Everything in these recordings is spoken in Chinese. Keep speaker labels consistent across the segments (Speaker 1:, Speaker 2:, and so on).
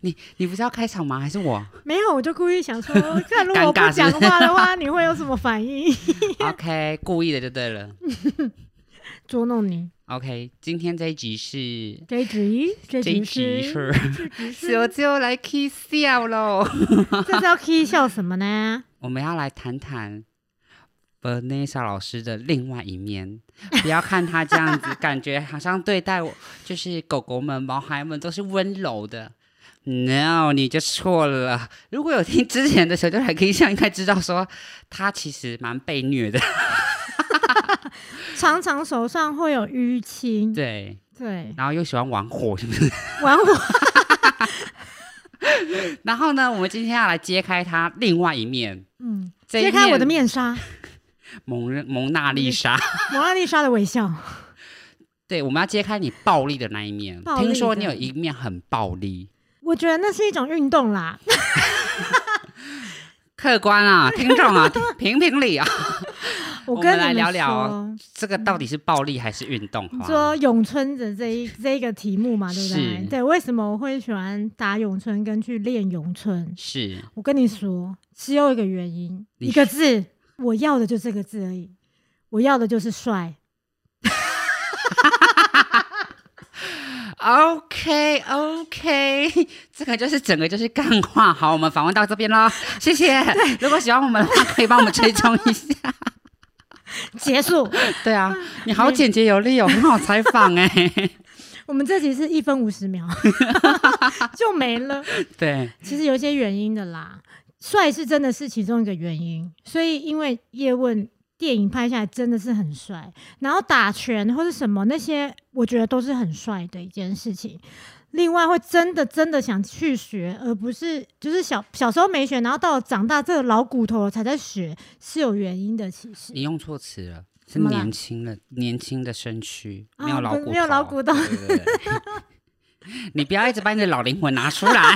Speaker 1: 你你不是要开场吗？还是我
Speaker 2: 没有，我就故意想 说，看如果我不
Speaker 1: 尴尬
Speaker 2: 讲
Speaker 1: 是不是
Speaker 2: 话的话，你会有什么反应？
Speaker 1: ？OK，故意的就对了。
Speaker 2: 捉弄你。
Speaker 1: OK，今天这一集是
Speaker 2: 这一集，这一
Speaker 1: 这一
Speaker 2: 集
Speaker 1: 集
Speaker 2: 是，
Speaker 1: 是哦小舅来 k 笑喽。
Speaker 2: 这是要 k 笑什么呢？
Speaker 1: 我们要来谈谈 Vanessa 老师的另外一面。不要看她这样子，感觉好像对待我就是狗狗们、毛孩们都是温柔的。No，你就错了。如果有听之前的小舅来 k 笑，应该知道说她其实蛮被虐的。
Speaker 2: 常常手上会有淤青，
Speaker 1: 对，
Speaker 2: 对，
Speaker 1: 然后又喜欢玩火，是不是？
Speaker 2: 玩 火，
Speaker 1: 然后呢，我们今天要来揭开他另外一面，
Speaker 2: 嗯，
Speaker 1: 这一
Speaker 2: 揭开我的面嗯纱，
Speaker 1: 蒙人蒙娜丽莎。
Speaker 2: 蒙娜丽莎的微笑。
Speaker 1: 对，我们要揭开你暴力的那一面。
Speaker 2: 暴力的
Speaker 1: 听说你有一面很暴力，
Speaker 2: 我觉得那是一种运 动啦，
Speaker 1: 客观 啊，听众啊，评评理啊，
Speaker 2: 我
Speaker 1: 我
Speaker 2: 跟
Speaker 1: 们来
Speaker 2: 你
Speaker 1: 聊
Speaker 2: 说
Speaker 1: 聊这个到底是暴力还是运动？好
Speaker 2: 你
Speaker 1: 啊吧
Speaker 2: 说咏春的这一这一个题目嘛，对不对
Speaker 1: 是？
Speaker 2: 对，为什么我会喜欢打咏春跟去练咏春？
Speaker 1: 是
Speaker 2: 我跟你说，只有一个原因，
Speaker 1: 你
Speaker 2: 一个字，我要的就这个字而已，我要的就是帅。
Speaker 1: OK OK，这 个就是整个就是干话。好，我们访问到这边 喽，谢谢。如果喜欢我们的话，可以帮我们追踪一 下。
Speaker 2: 结束，
Speaker 1: 对啊，你好简洁有力哦，很好采访哎、
Speaker 2: 我们这集是一分五十秒 就没了。
Speaker 1: 对，
Speaker 2: 其实有一些原因的啦，帅是真的是其中一个原因。所以因为叶问电影拍下来真的是很帅，然后打拳或是什么那些，我觉得都是很帅的一件事情。另外会真的真的想去学，而不是就是小小时候没学，然后到了长大这个老骨头了才在学，是有原因的。其实
Speaker 1: 你用错词了，是
Speaker 2: 怎么啦
Speaker 1: 年轻的年轻的身躯，
Speaker 2: 啊
Speaker 1: 没有老
Speaker 2: 不
Speaker 1: 骨头，
Speaker 2: 没有老骨头
Speaker 1: 对对对对 你不要一直把你的老灵魂拿出 来，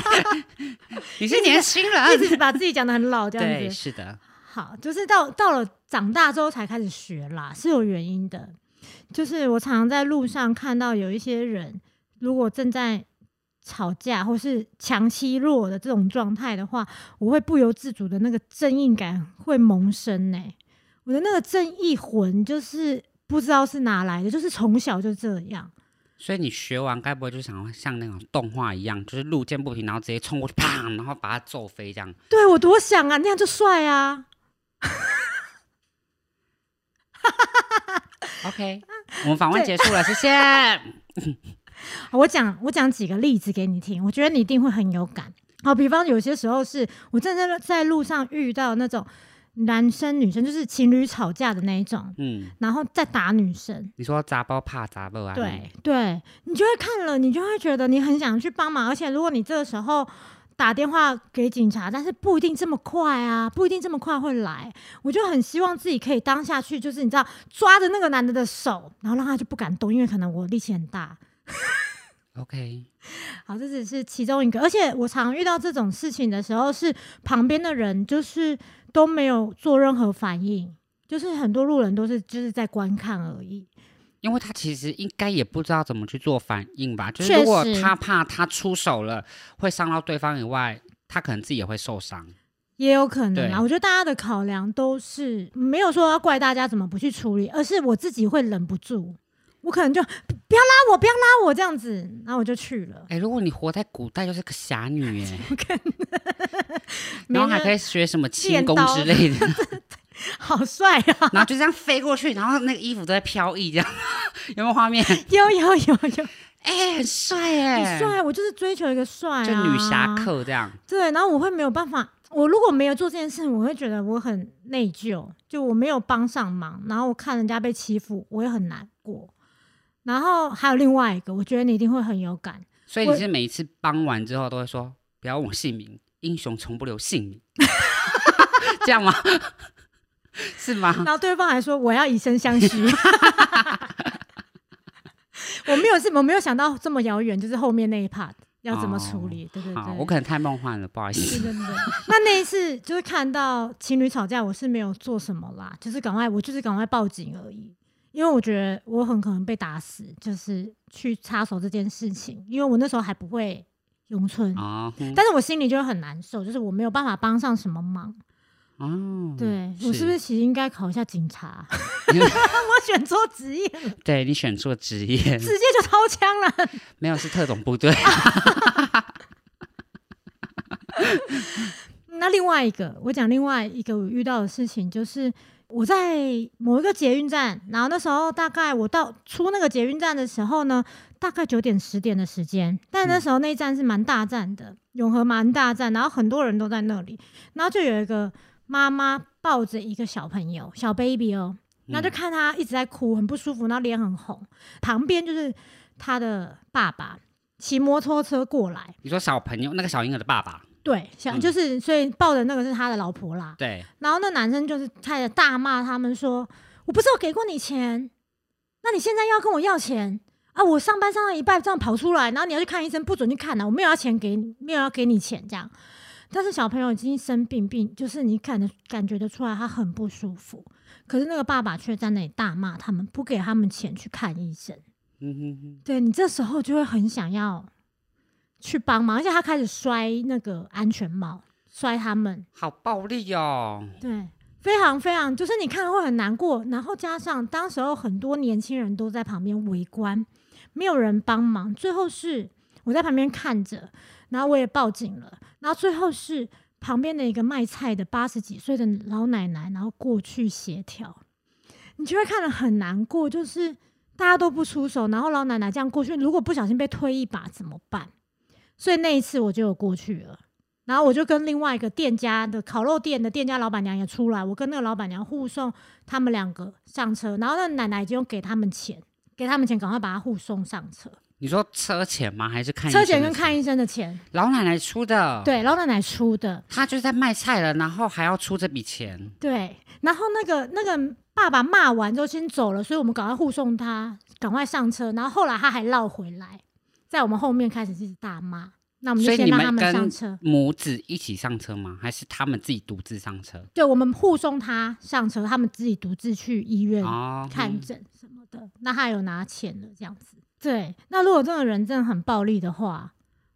Speaker 1: 你是年轻
Speaker 2: 一
Speaker 1: 人。
Speaker 2: 直把自己讲的很老这样
Speaker 1: 啊对，
Speaker 2: 子。
Speaker 1: 是的，
Speaker 2: 好，就是到到了长大之后才开始学啦，是有原因的。就是我常常在路上看到有一些人，如果正在吵架或是强欺弱的这种状态的话，我会不由自主的那个正义感会萌生呢、我的那个正义魂就是不知道是哪来的，就是从小就这样。
Speaker 1: 所以你学完，该不会就想像那种动画一样，就是路见不平，然后直接冲过去，砰，然后把他揍飞这样？
Speaker 2: 对我多想啊，那样就帅啊！
Speaker 1: OK，我们访问
Speaker 2: 对
Speaker 1: 结束了，谢谢。
Speaker 2: 我讲我讲几个例子给你听，我觉得你一定会很有感。好，比方有些时候是我真的在路上遇到那种男生女生就是情侣吵架的那一种，
Speaker 1: 嗯，
Speaker 2: 然后再打女生。
Speaker 1: 你说杂包怕杂包啊？
Speaker 2: 对对，你就会看了，你就会觉得你很想去帮忙，而且如果你这个时候打电话给警察，但是不一定这么快啊，不一定这么快会来。我就很希望自己可以当下去，就是你知道抓着那个男的的手，然后让他就不敢动，因为可能我力气很大。
Speaker 1: ，OK，
Speaker 2: 好，这只是其中一个，而且我常遇到这种事情的时候，是旁边的人就是都没有做任何反应，就是很多路人都是就是在观看而已。
Speaker 1: 因为他其实应该也不知道怎么去做反应吧，就是
Speaker 2: 确
Speaker 1: 如果
Speaker 2: 实
Speaker 1: 他怕他出手了会伤到对方以外，他可能自己也会受伤。
Speaker 2: 也有可能啊，
Speaker 1: 对
Speaker 2: 我觉得大家的考量都是没有说要怪大家怎么不去处理，而是我自己会忍不住，我可能就不要拉我，不要拉我这样子，然后我就去了。
Speaker 1: 哎，如果你活在古代，就是个侠女 哎，
Speaker 2: 没
Speaker 1: 然后还
Speaker 2: 人
Speaker 1: 可以学什么轻
Speaker 2: 练
Speaker 1: 功
Speaker 2: 刀
Speaker 1: 之类 的，
Speaker 2: 好帅啊！
Speaker 1: 然后就这样飞过去，然后那个衣服都在飘逸，这样 有没有画面？
Speaker 2: 有有有有，
Speaker 1: 哎，很帅哎，
Speaker 2: 很，帅，我就是追求一个帅、啊，
Speaker 1: 就女侠客这样。
Speaker 2: 对，然后我会没有办法，我如果没有做这件事，我会觉得我很内疚，就我没有帮上忙，然后我看人家被欺负，我也很难过。然后还有另外一个，我觉得你一定会很有感，
Speaker 1: 所以你
Speaker 2: 我
Speaker 1: 是每一次帮完之后都会说不要问我姓名，英雄从不留姓 名，这样吗？ 是吗？
Speaker 2: 然后对方还说我要以身相许。 我没有是，我没有想到这么遥远，就是后面那一 part 要怎么处理，对对
Speaker 1: 哦好，
Speaker 2: 对。
Speaker 1: 我可能太梦幻了，不好意
Speaker 2: 对
Speaker 1: 思。
Speaker 2: 对对对， 那那一次就是看到情侣吵架，我是没有做什么啦，就是赶快，我就是赶快报警而已，因为我觉得我很可能被打死，就是去插手这件事情，因为我那时候还不会咏春，
Speaker 1: 哦，
Speaker 2: 但是我心里就会很难受，就是我没有办法帮上什么忙。
Speaker 1: 哦，
Speaker 2: 对我是不是其实应该考一下警察？ 我选错职业了，
Speaker 1: 对你选错职业，
Speaker 2: 直接就掏枪了。
Speaker 1: 没有是特种部队。
Speaker 2: 那另外一个，我讲另外一个我遇到的事情，就是我在某一个捷运站，然后那时候大概我到出那个捷运站的时候呢，大概九点十点的时间，但那时候那一站是蛮大站的，永和蛮大站，然后很多人都在那里，然后就有一个妈妈抱着一个小朋友，小 baby 哦，然后就看他一直在哭，很不舒服，然后脸很红，旁边就是他的爸爸骑摩托车过来，
Speaker 1: 你说小朋友那个小婴儿的爸爸，
Speaker 2: 对，小
Speaker 1: 嗯
Speaker 2: 就是所以抱的那个是他的老婆啦。
Speaker 1: 对，
Speaker 2: 然后那男生就是开始大骂他们说：“我不是有给过你钱，那你现在要跟我要钱啊？我上班上到一半这样跑出来，然后你要去看医生，不准去看呐、啊我没有要钱给你，没有要给你钱这样。”但是小朋友已经生病病，就是你感的感觉得出来他很不舒服，可是那个爸爸却在那里大骂他们，不给他们钱去看医生。
Speaker 1: 嗯哼哼，
Speaker 2: 对你这时候就会很想要去帮忙，而且他开始摔那个安全帽，摔他们。
Speaker 1: 好暴力哦，
Speaker 2: 对，非常非常，就是你看会很难过，然后加上当时候很多年轻人都在旁边围观，没有人帮忙，最后是我在旁边看着，然后我也报警了，然后最后是旁边的一个卖菜的八十几岁的老奶奶，然后过去协调，你就会看得很难过，就是大家都不出手，然后老奶奶这样过去，如果不小心被推一把怎么办？所以那一次我就有过去了。然后我就跟另外一个店家的烤肉店的店家老板娘也出来，我跟那个老板娘护送他们两个上车，然后那奶奶已经给他们钱，给他们钱，赶快把他护送上车，
Speaker 1: 你说车钱吗？还是看医
Speaker 2: 车
Speaker 1: 生
Speaker 2: 钱
Speaker 1: 的哦
Speaker 2: 跟看医生的钱，
Speaker 1: 老奶奶出的，，
Speaker 2: 对，老奶奶出的，
Speaker 1: 她就是在卖菜了，然后还要出这笔钱，
Speaker 2: 对，然后那个那个爸爸骂完之后先走了，所以我们赶快护送他，赶快上车，然后后来他还绕回来，在我们后面开始一直大骂，那我们
Speaker 1: 所
Speaker 2: 就
Speaker 1: 以
Speaker 2: 先
Speaker 1: 你
Speaker 2: 让他
Speaker 1: 们
Speaker 2: 们上
Speaker 1: 跟
Speaker 2: 车，
Speaker 1: 母子一起上车吗？还是他们自己独自上车？
Speaker 2: 对我们护送他上车，他们自己独自去医院
Speaker 1: 哦，
Speaker 2: 看
Speaker 1: 嗯
Speaker 2: 诊什么的，那他有拿钱了这样子。对，那如果这个人真的很暴力的话，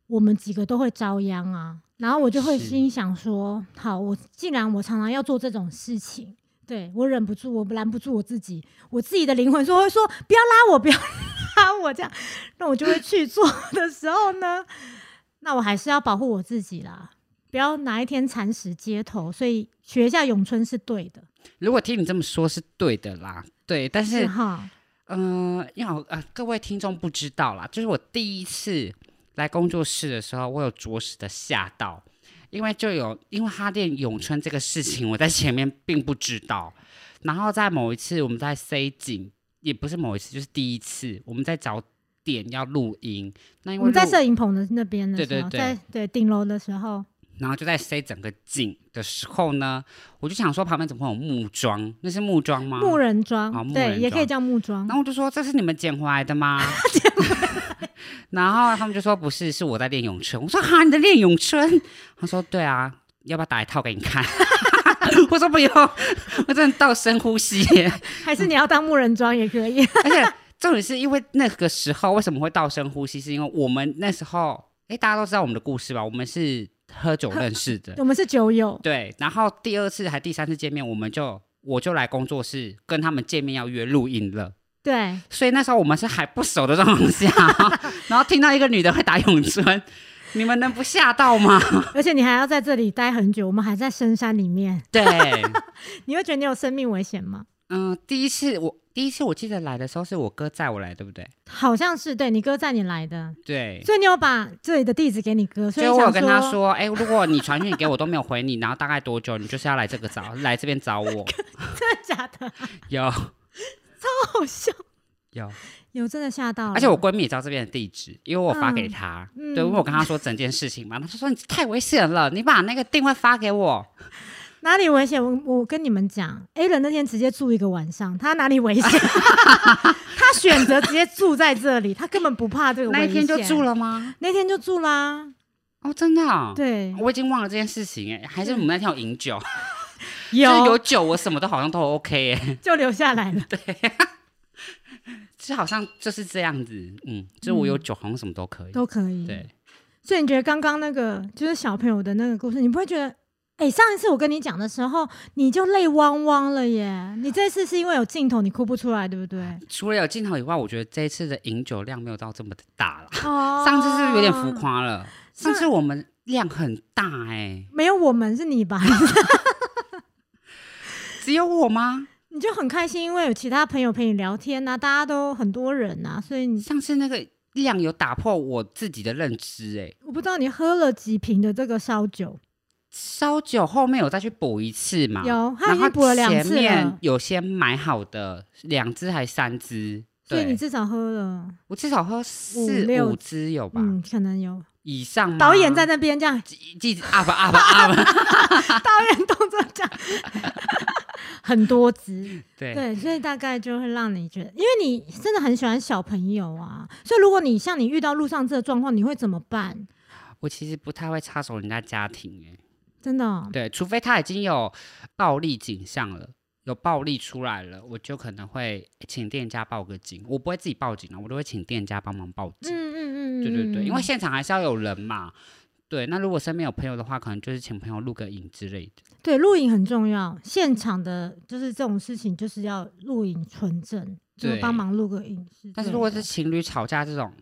Speaker 2: 我们几个都会遭殃啊。然后我就会
Speaker 1: 是
Speaker 2: 心想说，好，我既然我常常要做这种事情，对我忍不住，我拦不住我自己，我自己的灵魂说会说不要拉我，不要拉我这样，那我就会去做的时候呢，那我还是要保护我自己啦，不要哪一天惨死街头。所以学一下咏春是对的，
Speaker 1: 如果听你这么说，是对的啦，对，但是
Speaker 2: 哈，
Speaker 1: 嗯，要呃，各位听众不知道啦，就是我第一次来工作室的时候，我有着实的吓到，因为就有因为哈店咏春这个事情，我在前面并不知道。然后在某一次我们在 C 景，也不是某一次，就是第一次我们在找点要录音，那因为
Speaker 2: 我们在
Speaker 1: 录
Speaker 2: 摄影棚的那边的
Speaker 1: 对对
Speaker 2: 时候，
Speaker 1: 对
Speaker 2: 在对顶楼的时候，
Speaker 1: 然后就在 C 整个景的时候呢，我就想说旁边怎么会有木桩？那是木桩吗？
Speaker 2: 木人桩，
Speaker 1: 啊木人
Speaker 2: 对，
Speaker 1: 桩
Speaker 2: 也可以叫木桩
Speaker 1: 然。后我就说：“这是你们捡回来的吗？” 然后他们就说：“不是，是我在练咏春。”我说：“哈，你在练咏春？”他说：“对啊，要不要打一套给你看？” 我说：“不用，我真的倒深呼吸耶。
Speaker 2: 还是你要当木人桩也 可以。
Speaker 1: 而且重点是因为那个时候为什么会倒深呼吸，是因为我们那时候，哎，大家都知道我们的故事吧？我们是喝酒认识的，
Speaker 2: 我们是酒友，
Speaker 1: 对。然后第二次还第三次见面，我们就我就来工作室跟他们见面，要约录音了。
Speaker 2: 对，
Speaker 1: 所以那时候我们是还不熟的状况 下，然后听到一个女的会打咏春，你们能不吓到 吗？
Speaker 2: 而且你还要在这里待很久，我们还在深山里面，
Speaker 1: 对，
Speaker 2: 你会觉得你有生命危险吗？
Speaker 1: 嗯，第一次我第一次我记得来的时候是我哥载我来，对不对？
Speaker 2: 好像是对你哥载你来的，
Speaker 1: 对。
Speaker 2: 所以你有把这里的地址给你哥，
Speaker 1: 所
Speaker 2: 所以
Speaker 1: 以
Speaker 2: 想
Speaker 1: 我有跟他，说，哎、如果你传讯给我都没有回你，然后大概多久， 你就是要来这个找来这边找 我。
Speaker 2: 真的假的？
Speaker 1: 有
Speaker 2: 好笑，
Speaker 1: 有，
Speaker 2: 有真的吓到了，
Speaker 1: 而且我闺蜜也知道这边的地址，因为我发给她，
Speaker 2: 嗯
Speaker 1: 对，因为我跟她说整件事情嘛，她就说你太危险了，你把那个定位发给我。
Speaker 2: 哪里危险？我我跟你们讲，A 人那天直接住一个晚上，他哪里危 险？他选择直接住在这里，他根本不怕这个危
Speaker 1: 那
Speaker 2: 险。
Speaker 1: 一天就住，了吗？
Speaker 2: 那天就住啦。
Speaker 1: 哦，真的、哦。
Speaker 2: 对，
Speaker 1: 我已经忘了这件事情哎，还是我们那天有饮酒，就是有
Speaker 2: 有
Speaker 1: 酒我什么都好像都 OK 哎，
Speaker 2: 就留下来了。
Speaker 1: 就好像就是这样子，嗯，就是我有酒好像什么都可以，
Speaker 2: 都可以。
Speaker 1: 对，
Speaker 2: 所以你觉得刚刚那个就是小朋友的那个故事，你不会觉得，哎、
Speaker 1: 嗯
Speaker 2: 上一次我跟你讲的时候你就泪汪汪了耶，你这次是因为有镜头你哭不出来，对不对？
Speaker 1: 除了有镜头以外，我觉得这一次的饮酒量没有到这么的大了。
Speaker 2: 哦
Speaker 1: 上次是不是有点浮，夸了？上次我们量很大哎、
Speaker 2: 没有我们是你吧？
Speaker 1: 只有我吗？
Speaker 2: 你就很开心，因为有其他朋友陪你聊天啊呐、大家都很多人呐、所以你
Speaker 1: 上次那个量有打破我自己的认知哎、
Speaker 2: 我不知道你喝了几瓶的这个烧酒，
Speaker 1: 烧酒后面有再去补一次嘛？
Speaker 2: 有他已
Speaker 1: 啊然后
Speaker 2: 经补了两次
Speaker 1: 前面
Speaker 2: 了，
Speaker 1: 有先买好的两支还三支，
Speaker 2: 所以你
Speaker 1: 对，
Speaker 2: 至少喝了，
Speaker 1: 我至少喝四
Speaker 2: 六
Speaker 1: 五支有吧、嗯啊
Speaker 2: 嗯，可能有。
Speaker 1: 以上吗。
Speaker 2: 导演在那边 这样，
Speaker 1: 记记 up up up，
Speaker 2: 导演动作这样，很多汁，
Speaker 1: 对
Speaker 2: 对，所以大概就会让你觉得，因为你真的很喜欢小朋友啊，所以如果你像你遇到路上这个状况，你会怎么办？
Speaker 1: 我其实不太会插手人家家庭哎、
Speaker 2: 真的哦、
Speaker 1: 对，除非他已经有暴力景象了。有暴力出来了，我就可能会请店家报个警，我不会自己报警了，我都会请店家帮忙报警。
Speaker 2: 嗯嗯嗯，
Speaker 1: 对对对，
Speaker 2: 嗯
Speaker 1: 因为现场还是要有人嘛。对，那如果身边有朋友的话，可能就是请朋友录个影之类的。
Speaker 2: 对录影很重要，现场的就是这种事情就是要录影存证，就
Speaker 1: 对
Speaker 2: 帮忙录个影视之类的。
Speaker 1: 但是如果是情侣吵架这种，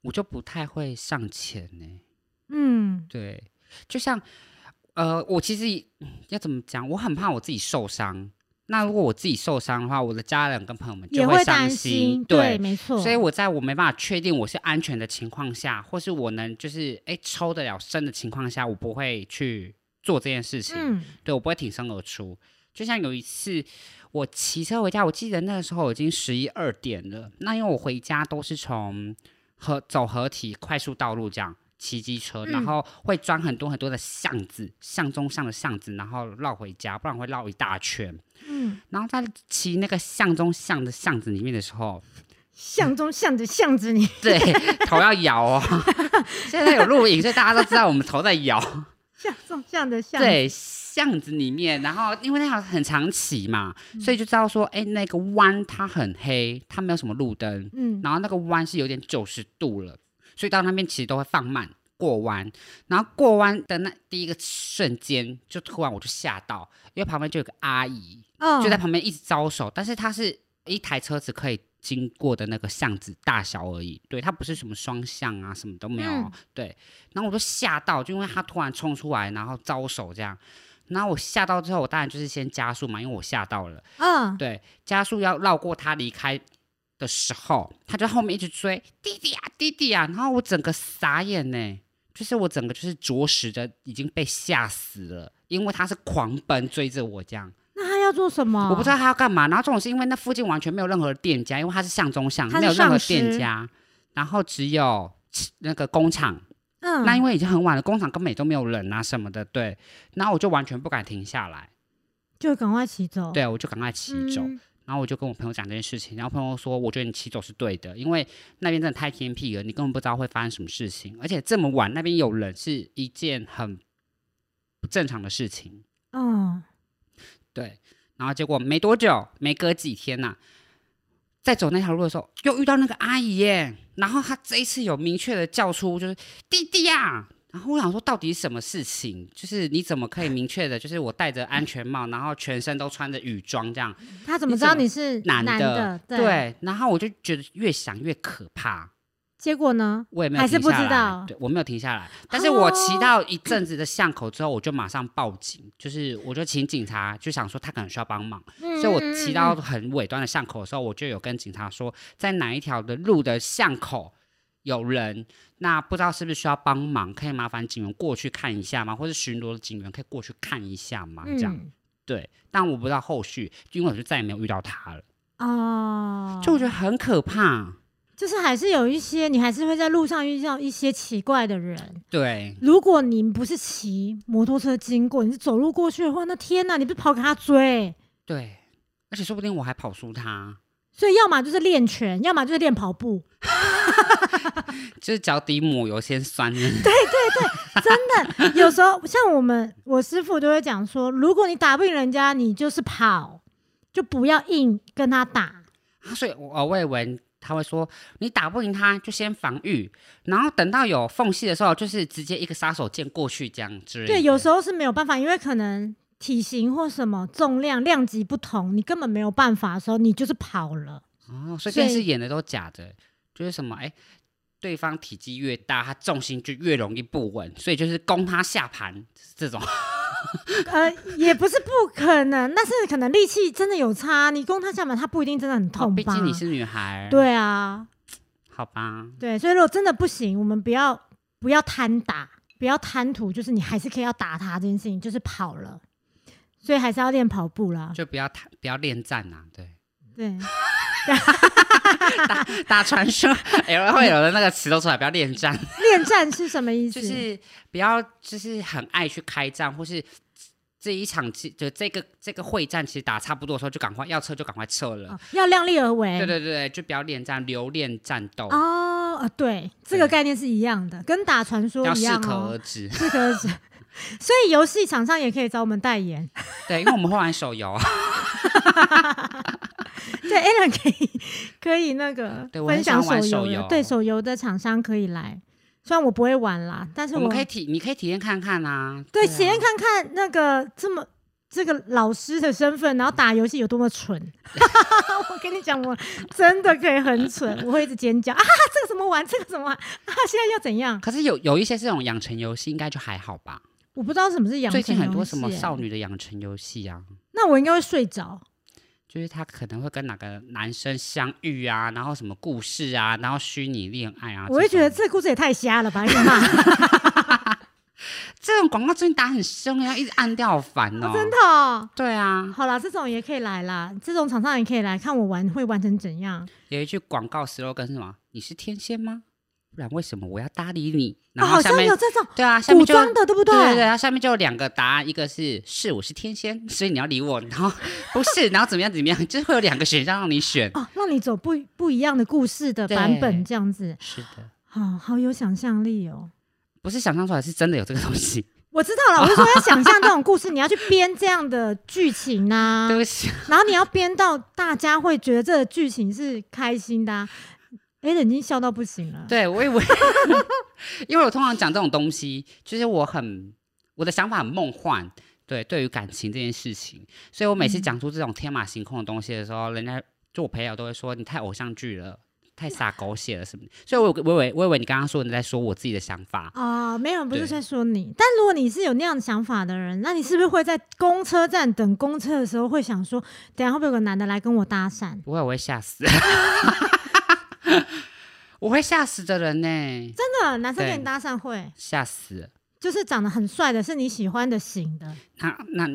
Speaker 1: 我就不太会上前呢、
Speaker 2: 嗯
Speaker 1: 对，就像呃，我其实嗯要怎么讲，我很怕我自己受伤。那如果我自己受伤的话，我的家人跟朋友们
Speaker 2: 也
Speaker 1: 就会伤
Speaker 2: 担
Speaker 1: 心。
Speaker 2: 对，没错，
Speaker 1: 所以我在我没办法确定我是安全的情况下，或是我能就是哎抽得了身的情况下，我不会去做这件事情。
Speaker 2: 嗯
Speaker 1: 对我不会挺身而出。就像有一次我骑车回家，我记得那个时候已经十一二点了。那因为我回家都是从河走河体快速道路这样骑机车，然
Speaker 2: 嗯
Speaker 1: 后会钻很多很多的巷子，巷中巷的巷子，然后绕回家，不然会绕一大圈。
Speaker 2: 嗯，
Speaker 1: 然后在骑那个巷中巷的巷子里面的时候，嗯
Speaker 2: 巷中巷子巷子 里，
Speaker 1: 对头要摇哦。 现在有录影，所以大家都知道我们头在摇。
Speaker 2: 巷中巷的巷子，
Speaker 1: 对巷子里面，然后因为那条很常骑嘛，所以就知道说，哎、那个弯它很黑，它没有什么路灯，
Speaker 2: 嗯，
Speaker 1: 然后那个弯是有点九十度了，所以到那边其实都会放慢过弯，然后过弯的那第一个瞬间，就突然我就吓到，因为旁边就有个阿姨
Speaker 2: 哦
Speaker 1: 就在旁边一直招手，但是它是一台车子可以。经过的那个巷子大小而已，对，它不是什么双向啊，什么都没有哦，
Speaker 2: 嗯
Speaker 1: 对。然后我就吓到，就因为他突然冲出来，然后招手这样。然后我吓到之后，我当然就是先加速嘛，因为我吓到了。
Speaker 2: 嗯，
Speaker 1: 对，加速要绕过他离开的时候，他就在后面一直追弟弟啊弟弟啊，然后我整个傻眼呢，就是我整个就是着实的已经被吓死了，因为他是狂奔追着我这样，
Speaker 2: 那他要做什么？
Speaker 1: 我不知道他要干嘛。然后这种是因为那附近完全没有任何店家，因为它是巷中巷，
Speaker 2: 它是
Speaker 1: 没有任何
Speaker 2: 丧尸
Speaker 1: 店家，然后只有那个工厂
Speaker 2: 嗯，
Speaker 1: 那因为已经很晚了，工厂根本也都没有人啊什么的，对。然后我就完全不敢停下来，
Speaker 2: 就赶快骑走，
Speaker 1: 对我就赶快骑
Speaker 2: 哦嗯，
Speaker 1: 走。然后我就跟我朋友讲这件事情，然后朋友说，我觉得你骑走是对的，因为那边真的太偏僻了，你根本不知道会发生什么事情，而且这么晚那边有人是一件很不正常的事情，
Speaker 2: 嗯，
Speaker 1: 对。然后结果没多久，没隔几天呐、在走那条路的时候，又遇到那个阿姨耶。然后她这一次有明确的叫出，就是弟弟啊。然后我想说，到底什么事情？就是你怎么可以明确的，就是我戴着安全帽，然后全身都穿着羽装这样
Speaker 2: 他怎么
Speaker 1: 你
Speaker 2: 知道
Speaker 1: 怎么
Speaker 2: 你是
Speaker 1: 男
Speaker 2: 的？对，
Speaker 1: 对。然后我就觉得越想越可怕，
Speaker 2: 结果呢？
Speaker 1: 我也没有
Speaker 2: 还是
Speaker 1: 停下
Speaker 2: 不知
Speaker 1: 来
Speaker 2: 道
Speaker 1: 对我没有停下来。但是我骑到一阵子的巷口之后，我就马上报警，就是我就请警察，就想说他可能需要帮忙。
Speaker 2: 所
Speaker 1: 所以我骑
Speaker 2: 嗯
Speaker 1: 到很尾端的巷口的时候，我就有跟警察说，在哪一条的路的巷口有人，那不知道是不是需要帮忙，可以麻烦警员过去看一下吗？或是巡逻的警员可以过去看一下吗？
Speaker 2: 嗯
Speaker 1: 这样、对，但我不知道后续，因为我就再也没有遇到他了，
Speaker 2: 嗯哦，
Speaker 1: 嗯就我觉得很可怕。
Speaker 2: 就是还是有一些，你还是会在路上遇到一些奇怪的人。
Speaker 1: 对，
Speaker 2: 如果你不是骑摩托车经过，你是走路过去的话，那天呐，你不是跑给他追？
Speaker 1: 对，而且说不定我还跑输他，
Speaker 2: 所以要么就是练拳，要么就是练跑步。
Speaker 1: 就是脚底抹油先酸。
Speaker 2: 有时候像我们，我师傅都会讲说，如果你打不赢人家，你就是跑，就不要硬跟他打。
Speaker 1: 呃啊所以我，我以为他会说你打不赢他就先防御，然后等到有缝隙的时候，就是直接一个杀手锏过去这样之类的。
Speaker 2: 对，有时候是没有办法，因为可能体型或什么重量量级不同，你根本没有办法的时候，你就是跑了。
Speaker 1: 哦，所以
Speaker 2: 所
Speaker 1: 电
Speaker 2: 以
Speaker 1: 视演的都假的，就是什么哎、对方体积越大，他重心就越容易不稳，所以就是攻他下盘这 种。
Speaker 2: 呃，也不是不可能，但是可能力气真的有差。你攻他下马，他不一定真的很
Speaker 1: 哦
Speaker 2: 痛
Speaker 1: 毕
Speaker 2: 吧？
Speaker 1: 竟你是女孩，，
Speaker 2: 对啊，
Speaker 1: 好吧，
Speaker 2: 对，所以如果真的不行，我们不要不要贪打，不要贪图，就是你还是可以要打他这件事情，就是跑了。所以还是要练跑步啦，
Speaker 1: 就不要谈，不要恋战呐、对，
Speaker 2: 对，
Speaker 1: 大家传说 L 会有的那个词都出来，不要恋战，
Speaker 2: 恋战是什么意思？
Speaker 1: 就是不要就是很爱去开战，或是。这一场其就这个这个会战，其实打差不多的时候就赶快要撤就赶快撤了，
Speaker 2: 哦要量力而为。
Speaker 1: 对对对对，就不要恋战，留恋战斗，
Speaker 2: 哦，呃，对，这
Speaker 1: 对
Speaker 2: 个概念是一样的，跟打传说
Speaker 1: 要
Speaker 2: 一
Speaker 1: 适
Speaker 2: 样
Speaker 1: 可而
Speaker 2: 哦，
Speaker 1: 止。
Speaker 2: 适可而止。 所以游戏厂商也可以找我们代言。
Speaker 1: 对，因为我们会玩手游，
Speaker 2: 对 a l a n 可以可以那个
Speaker 1: 对我
Speaker 2: 分
Speaker 1: 很想
Speaker 2: 享
Speaker 1: 玩
Speaker 2: 手
Speaker 1: 手
Speaker 2: 游
Speaker 1: 游
Speaker 2: 的，对手游的厂商可以来。虽然我不会玩啦，但是
Speaker 1: 我
Speaker 2: 我
Speaker 1: 们可以体，你可以体验看看啊。
Speaker 2: 对
Speaker 1: 啊
Speaker 2: 体验看看那个这么这个老师的身份，然后打游戏有多么蠢。 我跟你讲，我真的可以很 蠢，我会一直尖叫啊，这个怎么玩，这个怎么玩啊，现在要怎样？
Speaker 1: 可是有有一些这种养成游戏，应该就还好吧。
Speaker 2: 我不知道什么是养
Speaker 1: 最近
Speaker 2: 成
Speaker 1: 很多
Speaker 2: 游
Speaker 1: 什么
Speaker 2: 戏欸
Speaker 1: 少女的养成游戏啊，
Speaker 2: 那我应该会睡着。
Speaker 1: 就是她可能会跟哪个男生相遇啊，然后什么故事啊，然后虚拟恋爱啊。
Speaker 2: 我会
Speaker 1: 这
Speaker 2: 觉
Speaker 1: 种
Speaker 2: 得这故事也太瞎了吧！你妈，
Speaker 1: 这种广告最近打很凶，要一直按掉，好烦哦。
Speaker 2: 真的哦、
Speaker 1: 对啊，
Speaker 2: 好啦，这种也可以来啦，这种厂商也可以来看我玩会玩成怎样。
Speaker 1: 有一句广告 slogan 是什么？你是天蝎吗？不然为什么我要搭理你？
Speaker 2: 哦，
Speaker 1: 然后
Speaker 2: 好
Speaker 1: 下
Speaker 2: 像
Speaker 1: 面、
Speaker 2: 有这种
Speaker 1: 对啊，下
Speaker 2: 古
Speaker 1: 面就
Speaker 2: 装的，对不
Speaker 1: 对对对，它下面就有两个答案，一个是是我是天仙，所以你要理我，然后不是，然后怎么样怎么样，就是会有两个选项让你 选。
Speaker 2: 哦，让你走不不一样的故事的
Speaker 1: 对
Speaker 2: 版本，这样子，
Speaker 1: 是的，
Speaker 2: 哦，好有想象力哦。
Speaker 1: 不是想象出来，是真的有这个东西。
Speaker 2: 我知道了，我是说要想象这种故事，你要去编这样的剧情啊
Speaker 1: 对，不起，
Speaker 2: 然后你要编到大家会觉得这个剧情是开心的、啊。哎，已经笑到不行了。
Speaker 1: 对我以 为，因为我通常讲这种东西，就是我很我的想法很梦幻。对，对于感情这件事情，所以我每次
Speaker 2: 嗯
Speaker 1: 讲出这种天马行空的东西的时候，人家就我朋友都会说你太偶像剧了，太撒狗血了什么的。所以我以为，我以为我以为你刚刚说你在说我自己的想法，
Speaker 2: 啊、没有人不是
Speaker 1: 对
Speaker 2: 在说你，但如果你是有那样的想法的人，那你是不是会在公车站等公车的时候会想说，等一下会不会有个男的来跟我搭讪？
Speaker 1: 不会，我会吓死。 我会吓死的人呢、
Speaker 2: 真的，男生
Speaker 1: 对
Speaker 2: 跟你搭讪会，
Speaker 1: 吓死！
Speaker 2: 就是长得很帅的，是你喜欢的型的。
Speaker 1: 那那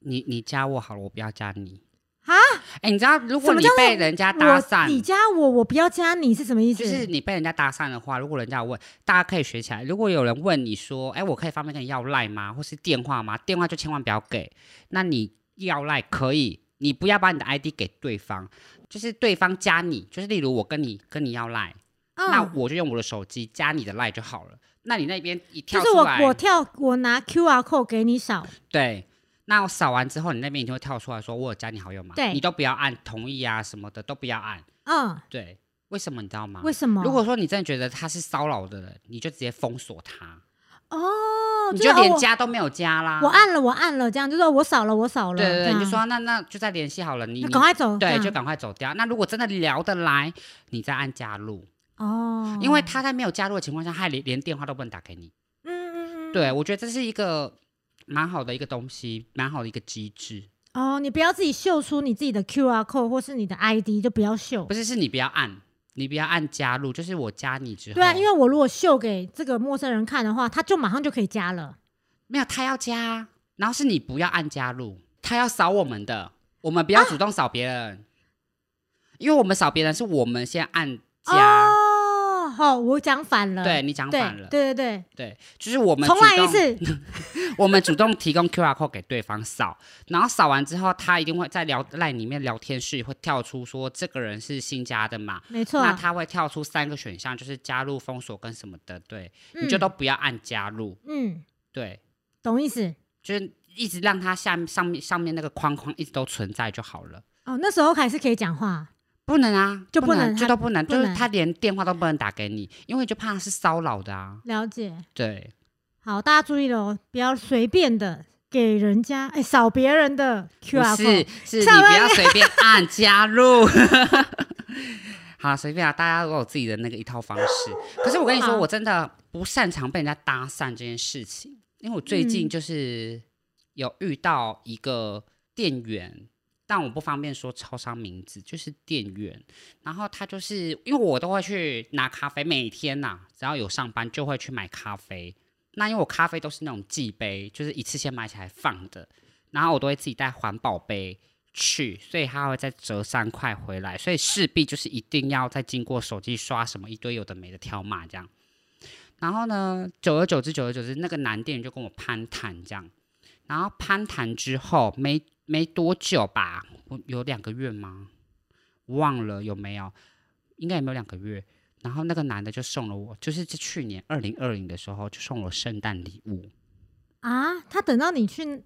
Speaker 1: 你你加我好了，我不要加你
Speaker 2: 啊！
Speaker 1: 哎、你知道，如果
Speaker 2: 什么
Speaker 1: 你
Speaker 2: 叫做
Speaker 1: 被人家搭
Speaker 2: 我
Speaker 1: 讪，
Speaker 2: 你加我，我不要加你是什么意思？
Speaker 1: 就是你被人家搭讪的话，如果人家问，大家可以学起来。如果有人问你说：“哎、我可以方便跟你要赖吗？或是电话吗？”电话就千万不要给。那你要赖可以，你不要把你的 ID 给对方，就是对方加你，就是例如我跟你跟你要赖，
Speaker 2: 嗯
Speaker 1: 那我就用我的手机加你的 line 就好了。那你那边一跳
Speaker 2: 就是
Speaker 1: 出来，
Speaker 2: 我我跳我拿 Q R code 给你扫，嗯
Speaker 1: 对，那我扫完之后，你那边一定会跳出来说我有加你好友吗？
Speaker 2: 对
Speaker 1: 你都不要按同意啊什么的，都不要按。
Speaker 2: 嗯，
Speaker 1: 对，为什么你知道吗？
Speaker 2: 为什么？
Speaker 1: 啊如果说你真的觉得他是骚扰的人，你就直接封锁他，
Speaker 2: 哦，
Speaker 1: 你
Speaker 2: 是
Speaker 1: 就
Speaker 2: 哦
Speaker 1: 连
Speaker 2: 我
Speaker 1: 加都没有加啦。
Speaker 2: 我按了我按了，这样就是哦我扫了我扫了，
Speaker 1: 对对
Speaker 2: 这
Speaker 1: 对，
Speaker 2: 样
Speaker 1: 你就说那那就再联系好了，你
Speaker 2: 那
Speaker 1: 你
Speaker 2: 赶快走，这
Speaker 1: 对
Speaker 2: 样
Speaker 1: 就赶快走掉。那如果真的聊得来，你再按加入，
Speaker 2: 哦，
Speaker 1: 因为他在没有加入的情况下，他连连电话都不能打给你。
Speaker 2: 嗯嗯嗯，
Speaker 1: 对，我觉得这是一个蛮好的一个东西，蛮好的一个机制。
Speaker 2: 哦，你不要自己秀出你自己的 QR code 或是你的 ID，就不要秀
Speaker 1: 不。是，是你不要按，你不要按加入，就是我加你之后，
Speaker 2: 对啊，因为我如果秀给这个陌生人看的话，他就马上就可以加了。
Speaker 1: 没有他要加，然后是你不要按加入，他要扫我们的，我们不
Speaker 2: 啊
Speaker 1: 要主动扫别人，因为我们扫别人是我们先按加，
Speaker 2: 哦，好，我讲反了。
Speaker 1: 对你讲
Speaker 2: 对
Speaker 1: 反了，
Speaker 2: 对对
Speaker 1: 对，就是我
Speaker 2: 对，
Speaker 1: 们
Speaker 2: 重
Speaker 1: 主
Speaker 2: 来一
Speaker 1: 动
Speaker 2: 次。
Speaker 1: 我们主动提供 QR code 给对方扫，然后扫完之后，他一定会在聊 line 里面聊天室会跳出说这个人是新加的嘛，
Speaker 2: 没 错，
Speaker 1: 那他会跳出三个选项，就是加入、封锁跟什么的，对，你就
Speaker 2: 嗯
Speaker 1: 都不要按加入，
Speaker 2: 嗯，
Speaker 1: 对，
Speaker 2: 懂意思。
Speaker 1: 就是一直让它下面上面上面那个框框一直都存在就好了。
Speaker 2: 哦，那时候还是可以讲话。
Speaker 1: 不能啊，
Speaker 2: 就
Speaker 1: 不
Speaker 2: 不能
Speaker 1: 这
Speaker 2: 他
Speaker 1: 都不能，
Speaker 2: 不
Speaker 1: 就是
Speaker 2: 能
Speaker 1: 他连电话都不能打给你，因为就怕是骚扰的啊。
Speaker 2: 了解。
Speaker 1: 对，
Speaker 2: 好，大家注意了哦，不要随便的给人家哎扫别人的
Speaker 1: 不
Speaker 2: QR
Speaker 1: 是
Speaker 2: code。，
Speaker 1: 是你
Speaker 2: 上
Speaker 1: 不
Speaker 2: 面
Speaker 1: 要随便按加入。 好啦，随便啊，大家都有自己的那个一套方式。可是我跟你说，
Speaker 2: 好
Speaker 1: 我真的不擅长被人家搭讪这件事情，因为我最近
Speaker 2: 嗯
Speaker 1: 就是有遇到一个店员，但我不方便说超商名字，就是店员。然后他就是因为我都会去拿咖啡，每天呐、只要有上班就会去买咖啡。那因为我咖啡都是那种寄杯，就是一次性买起来放的，然后我都会自己带环保杯去，所以它会再折三块回来，所以势必就是一定要再经过手机刷什么一堆有的没的条码这样。然后呢，久而久之，久而久之，那个男店员就跟我攀谈这样，然后攀谈之后没没多久吧，我有两个月吗？忘了有没有，应该也没有两个月。然后那个男的就送了我，就是在去年二零二零的时候就送了我圣诞礼物。
Speaker 2: 啊，他等到你去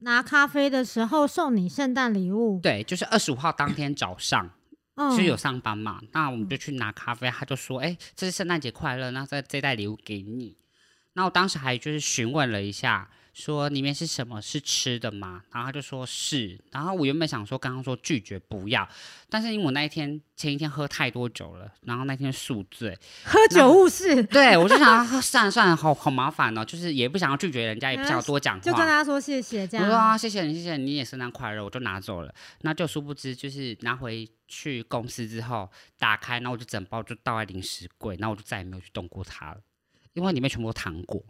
Speaker 2: 拿咖啡的时候送你圣诞礼物，
Speaker 1: 对，就是二十五号当天早上，
Speaker 2: 嗯，
Speaker 1: 是有上班嘛，那我们就去拿咖啡，他就说：“哎、这是圣诞节快乐，那这这袋礼物给你。”那我当时还就是询问了一下，说里面是什么？是吃的吗？然后他就说是。然后我原本想说刚刚说拒绝不要，但是因为我那一天前一天喝太多酒了，然后那天宿醉，
Speaker 2: 喝酒误事，
Speaker 1: 对我就想要 算了算了，好好麻烦哦，就是也不想要拒绝人家，也不
Speaker 2: 没
Speaker 1: 想要
Speaker 2: 关系
Speaker 1: 多讲话，
Speaker 2: 啊就跟他说谢谢这
Speaker 1: 我说
Speaker 2: 样。
Speaker 1: 啊，谢谢你，谢谢你，你也圣诞快乐，我就拿走了。那就殊不知，就是拿回去公司之后，打开，然后我就整包就倒在零食柜，然后我就再也没有去动过它了，因为里面全部都糖果。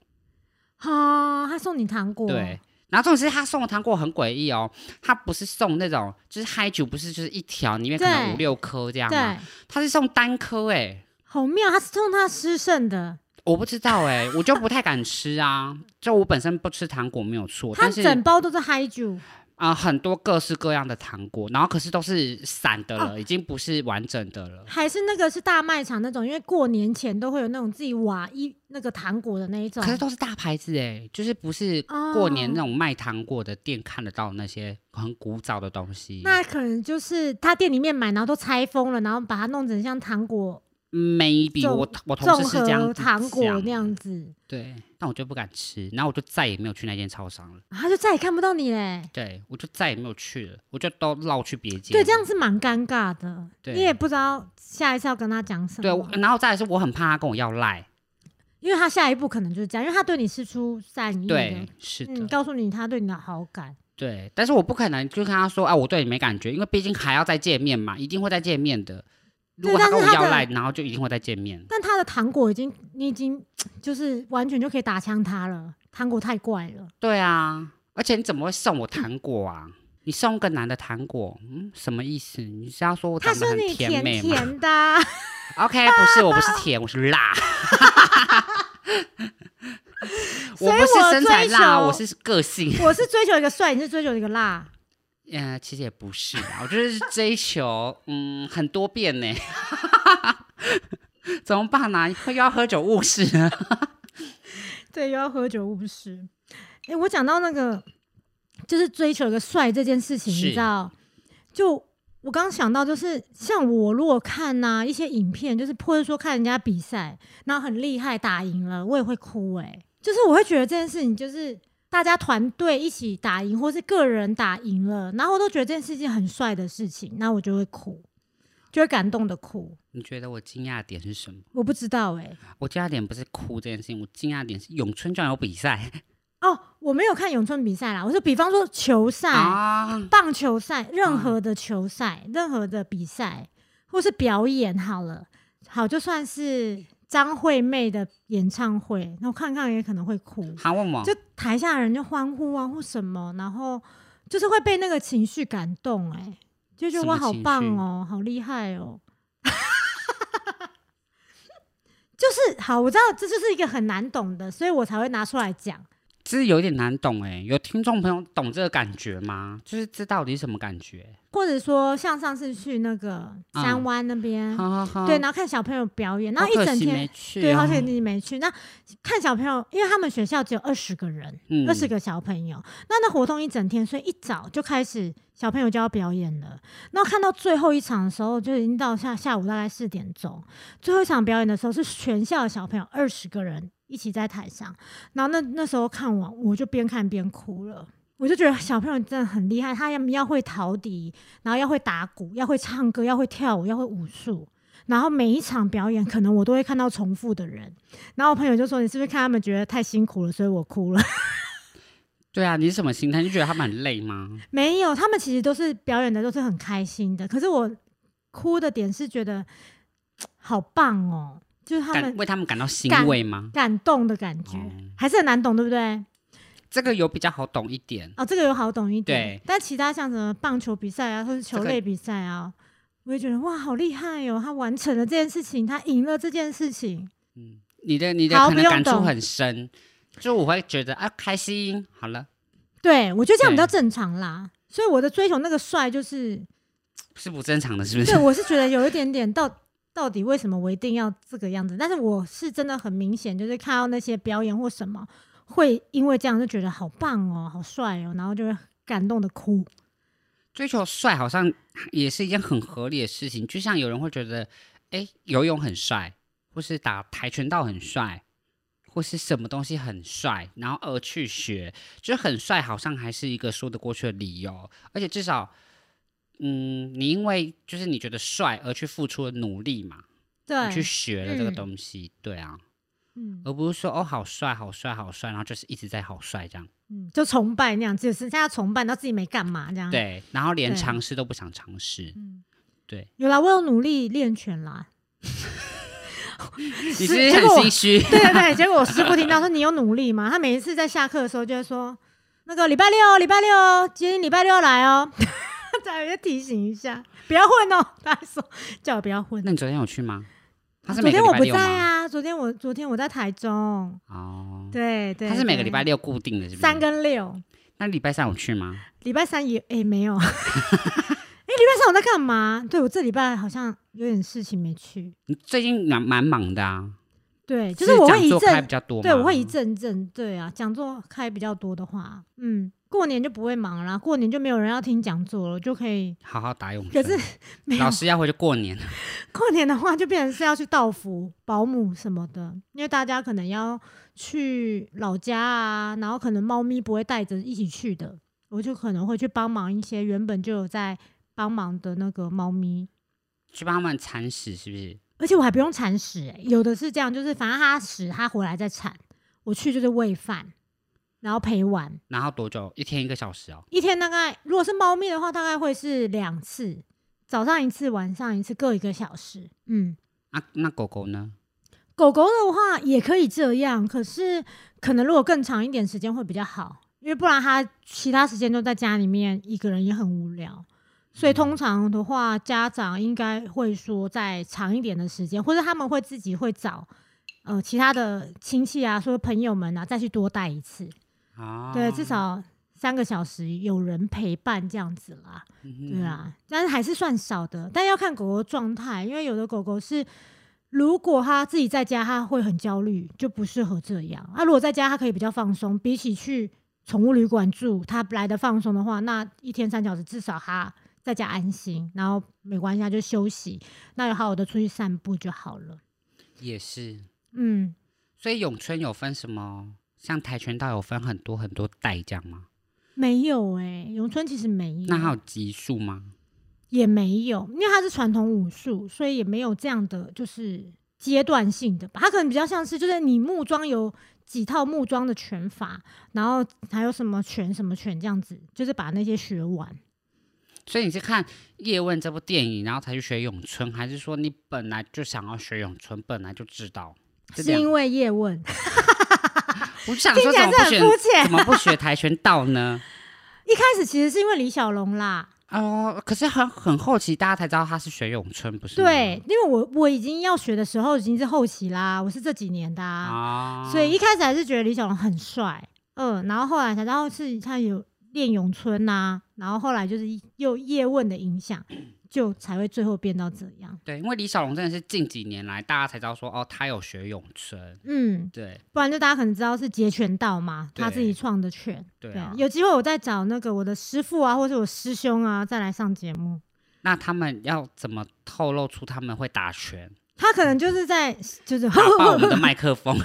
Speaker 2: 好、哦他送你糖果，
Speaker 1: 对，，然后重点是他送的糖果很诡异哦，他不是送那种，就是嗨酒，不是就是一条里面可能
Speaker 2: 对
Speaker 1: 五六颗这样吗？
Speaker 2: 对，
Speaker 1: 他是送单颗哎、
Speaker 2: 好妙，他是送他吃剩的，
Speaker 1: 我不知道哎、我就不太敢吃啊。就我本身不吃糖果没有错，
Speaker 2: 他
Speaker 1: 但是
Speaker 2: 整包都是嗨酒，
Speaker 1: 啊、很多各式各样的糖果，然后可是都是散的
Speaker 2: 哦
Speaker 1: 了，已经不是完整的了。
Speaker 2: 还是那个是大卖场那种，因为过年前都会有那种自己挖一那个糖果的那一种
Speaker 1: 可。是都是大牌子哎，就是不是
Speaker 2: 哦
Speaker 1: 过年那种卖糖果的店看得到那些很古早的东西。
Speaker 2: 那可能就是他店里面买，然后都拆封了，然后把它弄成像糖果
Speaker 1: maybe
Speaker 2: 综
Speaker 1: 我我同
Speaker 2: 综
Speaker 1: 事是这样
Speaker 2: 合
Speaker 1: 子
Speaker 2: 糖果
Speaker 1: 讲
Speaker 2: 那样子，
Speaker 1: 对，但我就不敢吃，然后我就再也没有去那间超商了。
Speaker 2: 啊他就再也看不到你嘞。
Speaker 1: 对，我就再也没有去了，我就都绕去别间。
Speaker 2: 对，这样。是蛮尴尬的，
Speaker 1: 对
Speaker 2: 你也不知道下一次要跟他讲什
Speaker 1: 对，我
Speaker 2: 么。
Speaker 1: 然后再来是我很怕他跟我要赖。
Speaker 2: 因为他下一步可能就是这样，因为他对你是出善意
Speaker 1: 对
Speaker 2: 的，，
Speaker 1: 是的。
Speaker 2: 嗯，告诉你他对你的好感。
Speaker 1: 对，但是我不可能就跟他说啊，我对你没感觉，因为毕竟还要再见面嘛，一定会再见面的。如
Speaker 2: 对
Speaker 1: 果他
Speaker 2: 但
Speaker 1: 跟
Speaker 2: 是
Speaker 1: 我
Speaker 2: 他
Speaker 1: 要
Speaker 2: 的
Speaker 1: 赖，然后就一定会再见面。
Speaker 2: 但他的糖果已经，你已经就是完全就可以打枪他了，糖果太怪了。
Speaker 1: 对啊，而且你怎么会送我糖果啊？你送个男的糖果，嗯，什么意思？你是要说我
Speaker 2: 他
Speaker 1: 长得
Speaker 2: 说
Speaker 1: 很
Speaker 2: 你
Speaker 1: 甜美吗
Speaker 2: 甜的啊、
Speaker 1: o k 不是，我不是甜，我是辣。我
Speaker 2: 所以
Speaker 1: 不是
Speaker 2: 我
Speaker 1: 身材
Speaker 2: 追
Speaker 1: 辣，
Speaker 2: 求
Speaker 1: 我是个性。
Speaker 2: 我是追求一个帅，你是追求一个辣。
Speaker 1: 嗯、其实也不是啊，我就是追求，嗯，很多变呢。 怎么办呢、啊？又要喝酒误事呢？
Speaker 2: 对，又要喝酒误事。哎、我讲到那个，就是追求一个帅这件事情，
Speaker 1: 是
Speaker 2: 你知道？就我刚想到，就是像我如果看呐、一些影片，就是或者说看人家比赛，然后很厉害打赢了，我也会哭、哎，就是我会觉得这件事情就是。大家团队一起打赢，或是个人打赢了，然后我都觉得这件事情很帅的事情，那我就会哭，就会感动的哭。
Speaker 1: 你觉得我惊讶的点是什么？
Speaker 2: 我不知道哎、
Speaker 1: 我惊讶的点不是哭这件事情，我惊讶的点是咏春居然有比赛
Speaker 2: 哦，我没有看咏春比赛啦，我说比方说球赛、
Speaker 1: 啊！
Speaker 2: 棒球赛，
Speaker 1: 嗯
Speaker 2: 任何的球赛、任何的比赛，或是表演好了，好就算是张惠妹的演唱会，那我看看也可能会哭，
Speaker 1: 好，问我
Speaker 2: 就台下人就欢呼啊或什么，然后就是会被那个情绪感动、哎，就觉得
Speaker 1: 什么
Speaker 2: 哇好
Speaker 1: 情
Speaker 2: 棒
Speaker 1: 绪
Speaker 2: 哦，好厉害哦。 就是好，我知道这就是一个很难懂的，所以我才会拿出来讲。
Speaker 1: 这有点难懂哎、有听众朋友懂这个感觉吗？就是这到底是什么感觉？
Speaker 2: 或者说像上次去那个山
Speaker 1: 嗯
Speaker 2: 湾那边，
Speaker 1: 好好好，
Speaker 2: 对，然后看小朋友表演，然
Speaker 1: 嗯
Speaker 2: 后
Speaker 1: 好
Speaker 2: 一
Speaker 1: 可
Speaker 2: 整
Speaker 1: 惜
Speaker 2: 天
Speaker 1: 没去、哦，
Speaker 2: 对，好险你没去。那看小朋友，因为他们学校只有二十个人，
Speaker 1: 嗯
Speaker 2: 二十、个小朋友，那那活动一整天，所以一早就开始小朋友就要表演了。那看到最后一场的时候，就已经到下下午大概四点钟。最后一场表演的时候是全校的小朋友二十个人一起在台上，然后那那时候看完，我就边看边哭了。我就觉得小朋友真的很厉害，他要要会陶笛，然后要会打鼓，要会唱歌，要会跳舞，要会武术。然后每一场表演，可能我都会看到重复的人。然后我朋友就说：“你是不是看他们觉得太辛苦了，所以我哭了？”
Speaker 1: 对啊，你是什么心态？你就觉得他们很累吗？
Speaker 2: 没有，他们其实都是表演的，都是很开心的。可是我哭的点是觉得好棒哦，就是他
Speaker 1: 感
Speaker 2: 们
Speaker 1: 为他们感到欣
Speaker 2: 感
Speaker 1: 慰吗？
Speaker 2: 感动的感觉，
Speaker 1: 哦
Speaker 2: 还是很难懂，对不对？
Speaker 1: 这个有比较好懂一点，
Speaker 2: 哦，这个有好懂一点
Speaker 1: 对。
Speaker 2: 但其他像什么棒球比赛啊，或是球类比赛啊，我也觉得哇，好厉害哦！他完成了这件事情，他赢了这件事情。
Speaker 1: 嗯，你的你的
Speaker 2: 好
Speaker 1: 可能
Speaker 2: 不用
Speaker 1: 感触
Speaker 2: 懂
Speaker 1: 很深，就我会觉得啊开心，好了，
Speaker 2: 对我觉得这样比
Speaker 1: 对
Speaker 2: 较正常啦。所以我的追求那个帅，就是
Speaker 1: 是不正常的，是不
Speaker 2: 对
Speaker 1: 是？
Speaker 2: 我是觉得有一点点到。到底为什么我一定要这个样子？但是我是真的很明显，就是看到那些表演或什么，会因为这样就觉得好棒哦，好帅哦，然后就会感动的哭。
Speaker 1: 追求帅好像也是一件很合理的事情，就像有人会觉得，哎，游泳很帅，或是打跆拳道很帅，或是什么东西很帅，然后而去学，就是很帅，好像还是一个说得过去的理由，而且至少。嗯，你因为就是你觉得帅而去付出的努力嘛，
Speaker 2: 对
Speaker 1: 你，去学了这个
Speaker 2: 嗯
Speaker 1: 东西，对啊，
Speaker 2: 嗯
Speaker 1: 而不是说哦好帅好帅好帅，然后就是一直在好帅这样，
Speaker 2: 嗯，就崇拜那样，只剩下崇拜，到自己没干嘛这样。
Speaker 1: 对，然后连
Speaker 2: 啊对
Speaker 1: 尝试都不想尝试，
Speaker 2: 嗯，
Speaker 1: 对，
Speaker 2: 有啦，我有努力练拳啦。
Speaker 1: 你是
Speaker 2: 是
Speaker 1: 不是
Speaker 2: 结
Speaker 1: 很
Speaker 2: 果我
Speaker 1: 心虚？
Speaker 2: 对对对，结果我师傅听到说你有努力吗？他每一次在下课的时候就会说，那个礼拜六哦，礼拜六哦，今天礼拜六要来哦， 再就提醒一下，不要混哦。他还说叫我不要混。
Speaker 1: 那你昨天有去吗？他是
Speaker 2: 昨
Speaker 1: 每个
Speaker 2: 天
Speaker 1: 礼
Speaker 2: 我
Speaker 1: 拜
Speaker 2: 不
Speaker 1: 六
Speaker 2: 在
Speaker 1: 吗？
Speaker 2: 啊，昨天我昨天我在台中，
Speaker 1: 哦，
Speaker 2: 对对，
Speaker 1: 他是每个礼拜六
Speaker 2: 六
Speaker 1: 固定的，是不
Speaker 2: 三
Speaker 1: 是？
Speaker 2: 跟六，
Speaker 1: 那礼拜三有去吗？
Speaker 2: 礼拜三也诶没有，诶，礼 拜三我在干嘛？对我这礼拜好像有点事情没去，
Speaker 1: 你最近蛮蛮忙的啊，
Speaker 2: 对，就是我会
Speaker 1: 讲
Speaker 2: 一
Speaker 1: 座开
Speaker 2: 阵
Speaker 1: 比较多吗，
Speaker 2: 对，我会一阵阵，对啊，讲座开比较多的话，嗯，过年就不会忙啦，过年就没有人要听讲座了，就可以。
Speaker 1: 好好打永
Speaker 2: 可
Speaker 1: 生。
Speaker 2: 是没有
Speaker 1: 老师要回去过年，
Speaker 2: 过年的话，就变成是要去道服、保姆什么的，因为大家可能要去老家啊，然后可能猫咪不会带着一起去的，我就可能会去帮忙一些原本就有在帮忙的那个猫咪，
Speaker 1: 去帮他们铲屎，是不是？
Speaker 2: 而且我还不用铲屎、欸，有的是这样，就是反正它屎它回来再铲，我去就是喂饭，然后陪玩。
Speaker 1: 然后多久？一天一个小时哦。
Speaker 2: 一天大概如果是猫咪的话，大概会是两次，早上一次，晚上一次，各一个小时。嗯，
Speaker 1: 啊，那狗狗呢？
Speaker 2: 狗狗的话也可以这样，可是可能如果更长一点时间会比较好，因为不然它其他时间都在家里面一个人也很无聊。所以通常的话，家长应该会说在长一点的时间，或者他们会自己会找呃其他的亲戚啊，说朋友们啊，再去多带一次。
Speaker 1: 哦，
Speaker 2: 对，至少三个小时有人陪伴这样子啦。对
Speaker 1: 对，
Speaker 2: 啊，但是还是算少的，但要看狗狗状态，因为有的狗狗是，如果它自己在家，它会很焦虑，就不适合这样。啊，如果在家，它可以比较放松，比起去宠物旅馆住，它来的放松的话，那一天三小时至少它在家安心，然后没关系，它就休息，那有好好的出去散步就好了。
Speaker 1: 也是。
Speaker 2: 嗯，
Speaker 1: 所以咏春有分什么？像跆拳道有分很多很多代这样吗？
Speaker 2: 没有哎、咏春其实没有，
Speaker 1: 那还有级数吗？
Speaker 2: 也没有，因为它是传统武术，所以也没有这样的就是阶段性的吧。它可能比较像是就是你木桩有几套木桩的拳法，然后还有什么拳什么拳这样子，就是把那些学完。
Speaker 1: 所以你是看《叶问》这部电影，然后才去学咏春，还是说你本来就想要学咏春，本来就知道？这
Speaker 2: 是
Speaker 1: 两
Speaker 2: 因为叶问，
Speaker 1: 我就想
Speaker 2: 听
Speaker 1: 说
Speaker 2: 起
Speaker 1: 怎
Speaker 2: 来
Speaker 1: 么不
Speaker 2: 是很
Speaker 1: 选
Speaker 2: 肤浅
Speaker 1: 怎。么不学跆拳道呢？
Speaker 2: 一开始其实是因为李小龙啦，
Speaker 1: 哦，可是很很好奇，大家才知道他是学咏春，不是吗？
Speaker 2: 对，因为我我已经要学的时候已经是后期啦，我是这几年的啊
Speaker 1: 啊，
Speaker 2: 所以一开始还是觉得李小龙很帅，嗯、然后后来才知道是他有练咏春呐、然后后来就是又叶问的影响，就才会最后变到这样。
Speaker 1: 对，因为李小龙真的是近几年来大家才知道说，哦，他有学咏春，
Speaker 2: 嗯，
Speaker 1: 对
Speaker 2: 不然就大家可能知道是截拳道嘛，他自己
Speaker 1: 对
Speaker 2: 创的拳。
Speaker 1: 对
Speaker 2: 对
Speaker 1: 啊，。
Speaker 2: 有机会我再找那个我的师傅啊，或者我师兄啊，再来上节目。
Speaker 1: 那他们要怎么透露出他们会打拳，
Speaker 2: 他可能就是在就是
Speaker 1: 打爆我们的麦克风？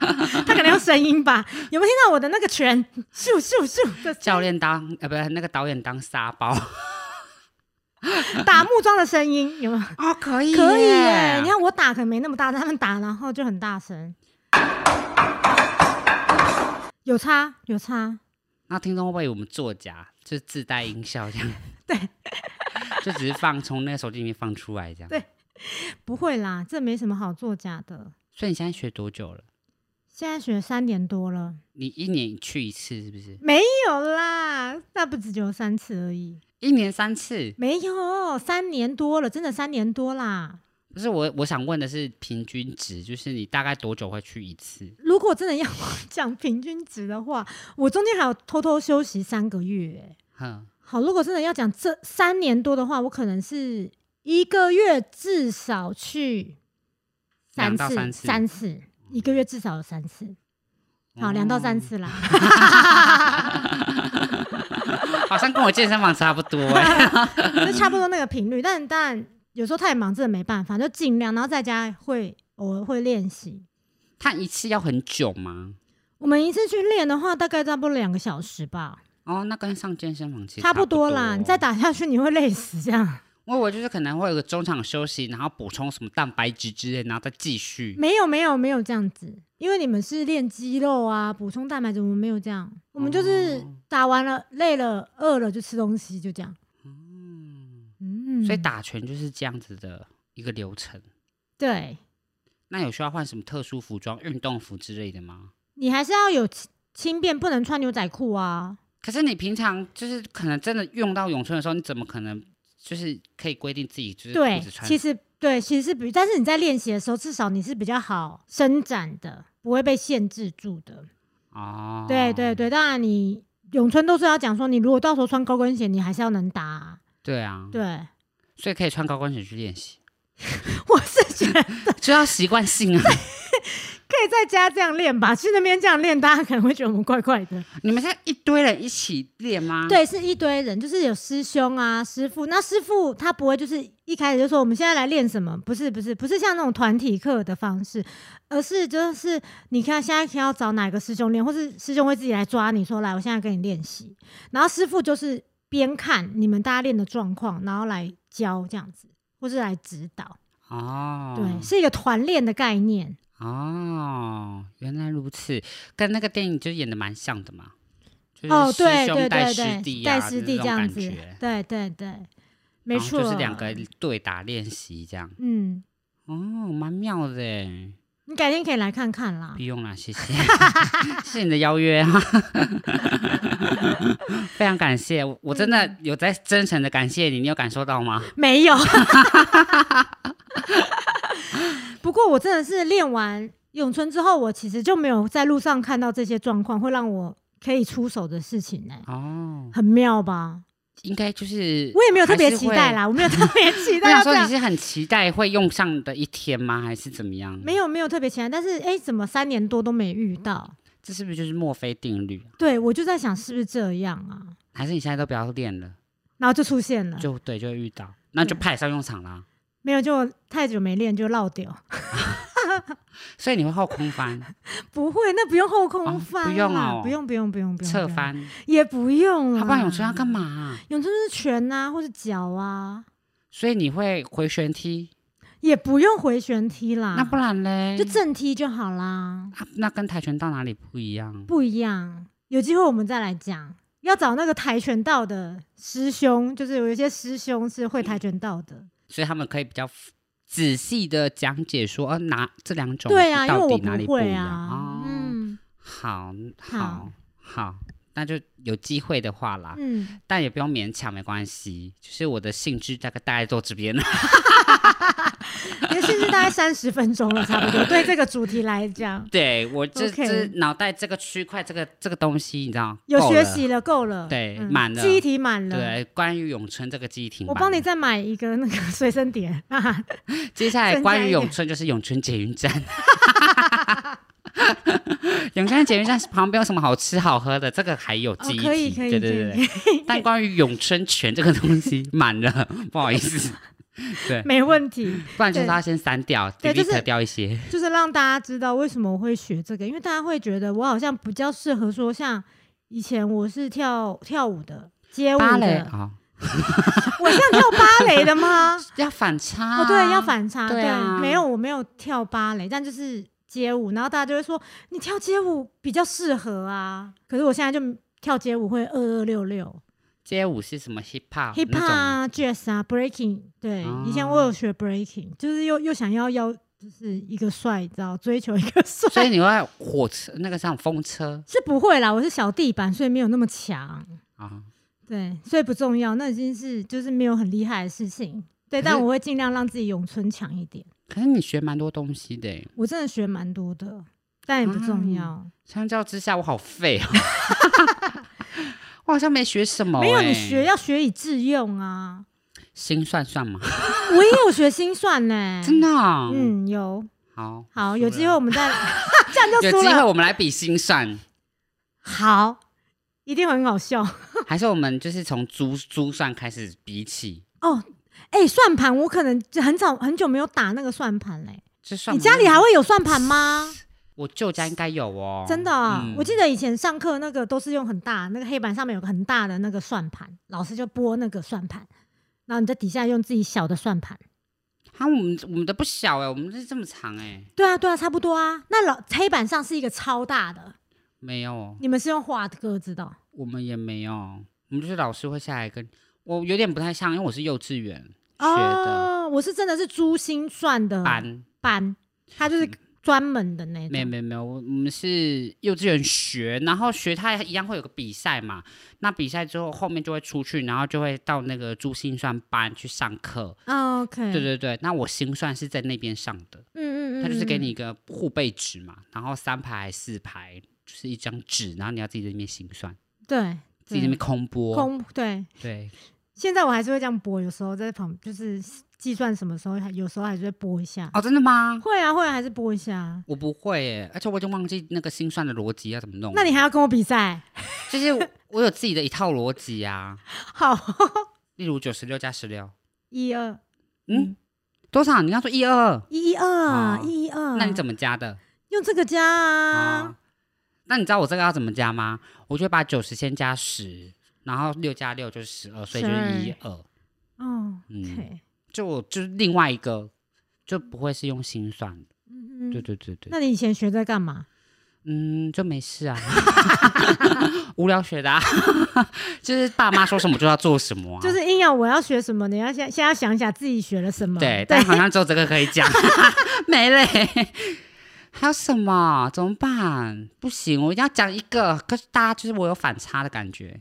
Speaker 2: 他可能用声音吧？有没有听到我的那个拳？咻咻咻的
Speaker 1: 教练当呃，不是那个导演当沙包
Speaker 2: 打木桩的声音，有没有？
Speaker 1: 哦，可以
Speaker 2: 可以耶！你看我打可能没那么大，但他们打然后就很大声，有差有差。
Speaker 1: 那听众会不会以为我们作假，就是自带音效这样？
Speaker 2: 对，
Speaker 1: 就只是放从那个手机里面放出来这样。
Speaker 2: 对不会啦，这没什么好作假的。
Speaker 1: 所以你现在学多久了？
Speaker 2: 现在学三点多了，
Speaker 1: 你一年去一次是不是？
Speaker 2: 没有啦，那不只有三次而已，
Speaker 1: 一年三次？
Speaker 2: 没有三年多了，真的三年多啦。
Speaker 1: 不是我，我想问的是平均值，就是你大概多久会去一次？
Speaker 2: 如果真的要讲平均值的话，我中间还有偷偷休息三个月、欸。
Speaker 1: 哼，
Speaker 2: 好，如果真的要讲这三年多的话，我可能是一个月至少去
Speaker 1: 两到
Speaker 2: 三次，
Speaker 1: 三次
Speaker 2: 次一个月至少有三次。好，两、到三次啦。
Speaker 1: 好像跟我健身房差不多、欸。
Speaker 2: 就差不多那个频率。但但有时候太忙，真的没办法，就尽量。然后在家会偶尔会练习。
Speaker 1: 他一次要很久吗？
Speaker 2: 我们一次去练的话，大概差不多两个小时吧，
Speaker 1: 哦，那跟上健身房其实
Speaker 2: 差
Speaker 1: 不哦
Speaker 2: 不多啦。你再，打下去，你会累死。这样
Speaker 1: 因为我就是可能会有个中场休息，然后补充什么蛋白质之类，然后再继续。
Speaker 2: 没有没有没有这样子，因为你们是练肌肉啊，补充蛋白质，我们没有这样，我们就是
Speaker 1: 哦
Speaker 2: 打完了累了饿了就吃东西，就这样。嗯，
Speaker 1: 所以打拳就是这样子的一个流程。
Speaker 2: 对
Speaker 1: 那有需要换什么特殊服装、运动服之类的吗？
Speaker 2: 你还是要有轻轻便，不能穿牛仔裤啊。
Speaker 1: 可是你平常就是可能真的用到咏春的时候，你怎么可能就是可以规定自己就是
Speaker 2: 对
Speaker 1: 裤子，穿？
Speaker 2: 其实对，其实是比，但是你在练习的时候，至少你是比较好伸展的，不会被限制住的。
Speaker 1: 哦，
Speaker 2: 对对对，当然你咏春都是要讲说，你如果到时候穿高跟鞋，你还是要能打啊、
Speaker 1: 对啊，
Speaker 2: 对，
Speaker 1: 所以可以穿高跟鞋去练习，
Speaker 2: 我是觉得可
Speaker 1: 就要习惯性啊。
Speaker 2: 以在家这样练吧，去那边这样练，大家可能会觉得我们怪怪的。
Speaker 1: 你们现在一堆人一起练吗？，
Speaker 2: 对，是一堆人，就是有师兄啊、师傅。那师傅他不会就是一开始就说我们现在来练什么，不是不是不是像那种团体课的方式，而是就是你看现在要找哪个师兄练，或是师兄会自己来抓你说来，我现在跟你练习。然后师傅就是边看你们大家练的状况，然后来教这样子，或是来指导。
Speaker 1: 哦，
Speaker 2: 对，是一个团练的概念。
Speaker 1: 哦，原来如此，跟那个电影就演的蛮像的嘛，就是
Speaker 2: 哦，
Speaker 1: 师
Speaker 2: 对
Speaker 1: 兄
Speaker 2: 对
Speaker 1: 带
Speaker 2: 对
Speaker 1: 师
Speaker 2: 对，
Speaker 1: 弟
Speaker 2: 带
Speaker 1: 啊
Speaker 2: 师
Speaker 1: 的
Speaker 2: 弟
Speaker 1: 那
Speaker 2: 这
Speaker 1: 种
Speaker 2: 样
Speaker 1: 感
Speaker 2: 子
Speaker 1: 觉，
Speaker 2: 对对对，没
Speaker 1: 然后
Speaker 2: 错，
Speaker 1: 就是两个对打练习这样，
Speaker 2: 嗯。
Speaker 1: 哦，蛮妙的耶，
Speaker 2: 你改天可以来看看啦
Speaker 1: 不。用啦，谢 谢， 谢谢你的邀约啊， 非常感谢，我我真的有在真诚的感谢你，你有感受到吗？
Speaker 2: 没有。 不过我真的是练完咏春之后，我其实就没有在路上看到这些状况会让我可以出手的事情呢、
Speaker 1: 哦，
Speaker 2: 很妙吧？
Speaker 1: 应该就是
Speaker 2: 我也没有特别
Speaker 1: 还是
Speaker 2: 期待
Speaker 1: 会
Speaker 2: 啦，我没有特别期
Speaker 1: 我
Speaker 2: 待
Speaker 1: 想
Speaker 2: 要这
Speaker 1: 说你
Speaker 2: 样，
Speaker 1: 是很期待会用上的一天吗？还是怎么样？
Speaker 2: 没有没有特别期待。但是哎、诶怎么三年多都没遇到？
Speaker 1: 这是不是就是墨菲定律啊？
Speaker 2: 对我就在想是不是这样啊？
Speaker 1: 还是你现在都不要练了，
Speaker 2: 然后就出现了，
Speaker 1: 就对，就会遇到，那
Speaker 2: 嗯
Speaker 1: 就派上用场啦。
Speaker 2: 没有就太久没练就落掉，
Speaker 1: 所以你会后空翻、
Speaker 2: 不会，那不用后
Speaker 1: 哦
Speaker 2: 空翻啦、
Speaker 1: 不用哦
Speaker 2: 不用不用不 用不嗯用，
Speaker 1: 侧
Speaker 2: 不用
Speaker 1: 翻，
Speaker 2: 也不用啦。
Speaker 1: 好不然我春要干嘛啊、
Speaker 2: 咏春就是拳啊，或者脚啊，
Speaker 1: 所以你会回旋踢，
Speaker 2: 也不用回旋踢啦，
Speaker 1: 那不然嘞？
Speaker 2: 啊就正踢就好啦，
Speaker 1: 啊那跟跆拳道哪里不一样？
Speaker 2: 不一样。有机会我们再来讲，要找那个跆拳道的师兄，就是有一些师兄是会跆拳道的。
Speaker 1: 所以他们可以比较 f- 仔细的讲解说，呃，哪这两种
Speaker 2: 对啊，因为
Speaker 1: 到
Speaker 2: 我
Speaker 1: 底哪里
Speaker 2: 不
Speaker 1: 不一
Speaker 2: 会
Speaker 1: 样？
Speaker 2: 啊
Speaker 1: 哦，，
Speaker 2: 嗯
Speaker 1: 好好
Speaker 2: 好
Speaker 1: 好，那就有机会的话啦，
Speaker 2: 嗯，
Speaker 1: 但也不用勉强，没关系。就是我的兴致大概大概到这边了。
Speaker 2: 你的兴致大概三十分钟了，差不 多。对这个主题来讲，
Speaker 1: 对我这
Speaker 2: OK
Speaker 1: 这脑袋这个区块，这个这个东西，你知道，
Speaker 2: 有
Speaker 1: 够
Speaker 2: 学
Speaker 1: 了
Speaker 2: 习了，够了，嗯
Speaker 1: 对满了
Speaker 2: 记忆体满了。
Speaker 1: 对，关于咏春这个记忆挺
Speaker 2: 我
Speaker 1: 棒的。
Speaker 2: 帮你再买一个那个随身碟啊，
Speaker 1: 接下来
Speaker 2: 增加
Speaker 1: 关于
Speaker 2: 一点
Speaker 1: 永春就是永春捷运站。 永春捷运站旁边有什么好吃好喝的？这个还有
Speaker 2: 哦
Speaker 1: 记忆体，
Speaker 2: 可以可以
Speaker 1: 对 对对。对但关于咏春拳这个东西满了，不好意思，
Speaker 2: 没问题。
Speaker 1: 不然就是
Speaker 2: 对
Speaker 1: 要先删掉
Speaker 2: 对就是
Speaker 1: ，delete 掉一些。
Speaker 2: 就是让大家知道为什么我会学这个，因为大家会觉得我好像比较适合说，像以前我是跳跳舞的、街舞
Speaker 1: 芭蕾
Speaker 2: 的，
Speaker 1: 啊，
Speaker 2: 我像跳芭蕾的吗？
Speaker 1: 要反差 啊。
Speaker 2: 哦，对，要反差，
Speaker 1: 对啊
Speaker 2: 没有，我没有跳芭蕾，但就是街舞，然后大家就会说你跳街舞比较适合啊。可是我现在就跳街舞会二二六六
Speaker 1: 街舞是什么 hip hop
Speaker 2: ，hip
Speaker 1: 那
Speaker 2: hop
Speaker 1: 种
Speaker 2: 啊，jazz 啊，breaking，对，
Speaker 1: 哦
Speaker 2: 以前我有学 breaking，就是又又想要要就是一个帅，你知道，追求一个
Speaker 1: 所以
Speaker 2: 帅。
Speaker 1: 你会火车那个像风车
Speaker 2: 是不会啦，我是小地板，所以没有那么强，
Speaker 1: 啊，
Speaker 2: 对，所以不重要，那已经是就是没有很厉害的事情，对，
Speaker 1: 可
Speaker 2: 但
Speaker 1: 是
Speaker 2: 我会尽量让自己咏春强一点。
Speaker 1: 可是你学蛮多东西的欸耶，
Speaker 2: 我真的学蛮多的，但也不
Speaker 1: 嗯
Speaker 2: 重要。
Speaker 1: 相较之下我好废哦， 我好像没学什么耶。欸
Speaker 2: 没有你学要学以致用啊！
Speaker 1: 心算算嘛，
Speaker 2: 我也有学心算呢、
Speaker 1: 真的、哦，嗯，
Speaker 2: 嗯，有
Speaker 1: 好，
Speaker 2: 好
Speaker 1: 输
Speaker 2: 有
Speaker 1: 了
Speaker 2: 机会我 们再这样就
Speaker 1: 有
Speaker 2: 输
Speaker 1: 机会
Speaker 2: 了。
Speaker 1: 我们来比心算，
Speaker 2: 好，一定很好笑
Speaker 1: 还是我们就是从珠珠算开始比起？
Speaker 2: 哦。哎、算盘我可能很早很久没有打那个算盘嘞、
Speaker 1: 这算
Speaker 2: 你
Speaker 1: 不
Speaker 2: 家里
Speaker 1: 是
Speaker 2: 还？会有算盘吗？
Speaker 1: 我舅家应该有哦，
Speaker 2: 真的、啊
Speaker 1: 嗯
Speaker 2: 我记得以前上课那个都是用很大那个黑板上面有个很大的那个算盘，老师就拨那个算盘，然后你在底下用自己小的算盘。
Speaker 1: 啊，我们我们的不小哎、我们是这么长哎、
Speaker 2: 对啊，对啊，差不多啊。那老黑板上是一个超大的，
Speaker 1: 没有，
Speaker 2: 你们是用画的格子的哦、
Speaker 1: 我们也没有，我们就是老师会下来跟我有点不太像，因为我是幼稚园学的
Speaker 2: 哦，我是真的是珠心算的
Speaker 1: 班，
Speaker 2: 班，他就是专门的那
Speaker 1: 没有
Speaker 2: 种。
Speaker 1: 没有没有，我我们是幼稚园学，然后学它一样会有个比赛嘛。那比赛之后，后面就会出去，然后就会到那个珠心算班去上课。
Speaker 2: 啊 OK，
Speaker 1: 对，对对，那我心算是在那边上的，
Speaker 2: 嗯嗯嗯，
Speaker 1: 它就是给你一个护背纸嘛，然后三排还是四排就是一张纸，然后你要自己在那边心算，
Speaker 2: 嗯对
Speaker 1: 自己在那边空
Speaker 2: 对
Speaker 1: 拨。
Speaker 2: 空对。
Speaker 1: 对，
Speaker 2: 现在我还是会这样拨，有时候在旁就是计算什么时候，还有时候还是会拨一下。
Speaker 1: 哦，真的吗？
Speaker 2: 会啊会啊，还是拨一下。
Speaker 1: 我不会耶，而且我已经忘记那个心算的逻辑要怎么弄了。
Speaker 2: 那你还要跟我比赛？
Speaker 1: 就是我我有自己的一套逻辑啊，
Speaker 2: 好，
Speaker 1: 例如九十六加十六，
Speaker 2: 一二
Speaker 1: 嗯，多少？你要说一二。
Speaker 2: 一一二
Speaker 1: 好
Speaker 2: 一一二，
Speaker 1: 哦那你怎
Speaker 2: 么
Speaker 1: 么加的
Speaker 2: 用这个加啊
Speaker 1: 嗯啊？？那你知道我这个要怎么加吗？我就会把九十先加十，然后六加六就是十二，所以就是一二。
Speaker 2: 哦
Speaker 1: 嗯
Speaker 2: ，OK，
Speaker 1: 就我就是另外一个，就不会是用心算的。
Speaker 2: 嗯
Speaker 1: 对
Speaker 2: 嗯，
Speaker 1: 对对对，
Speaker 2: 那你以前学在干嘛？
Speaker 1: 嗯，就没事 啊，无聊学的、啊， 就是爸妈说什么就要做什么、啊，
Speaker 2: 就是硬要我要学什么，你要先先要想一下自己学了什么。
Speaker 1: 对，
Speaker 2: 对
Speaker 1: 但，好像只有这个可以讲， 没嘞。还有什么？怎么办？不行，我一定要讲一个。可是大家就是我有反差的感觉。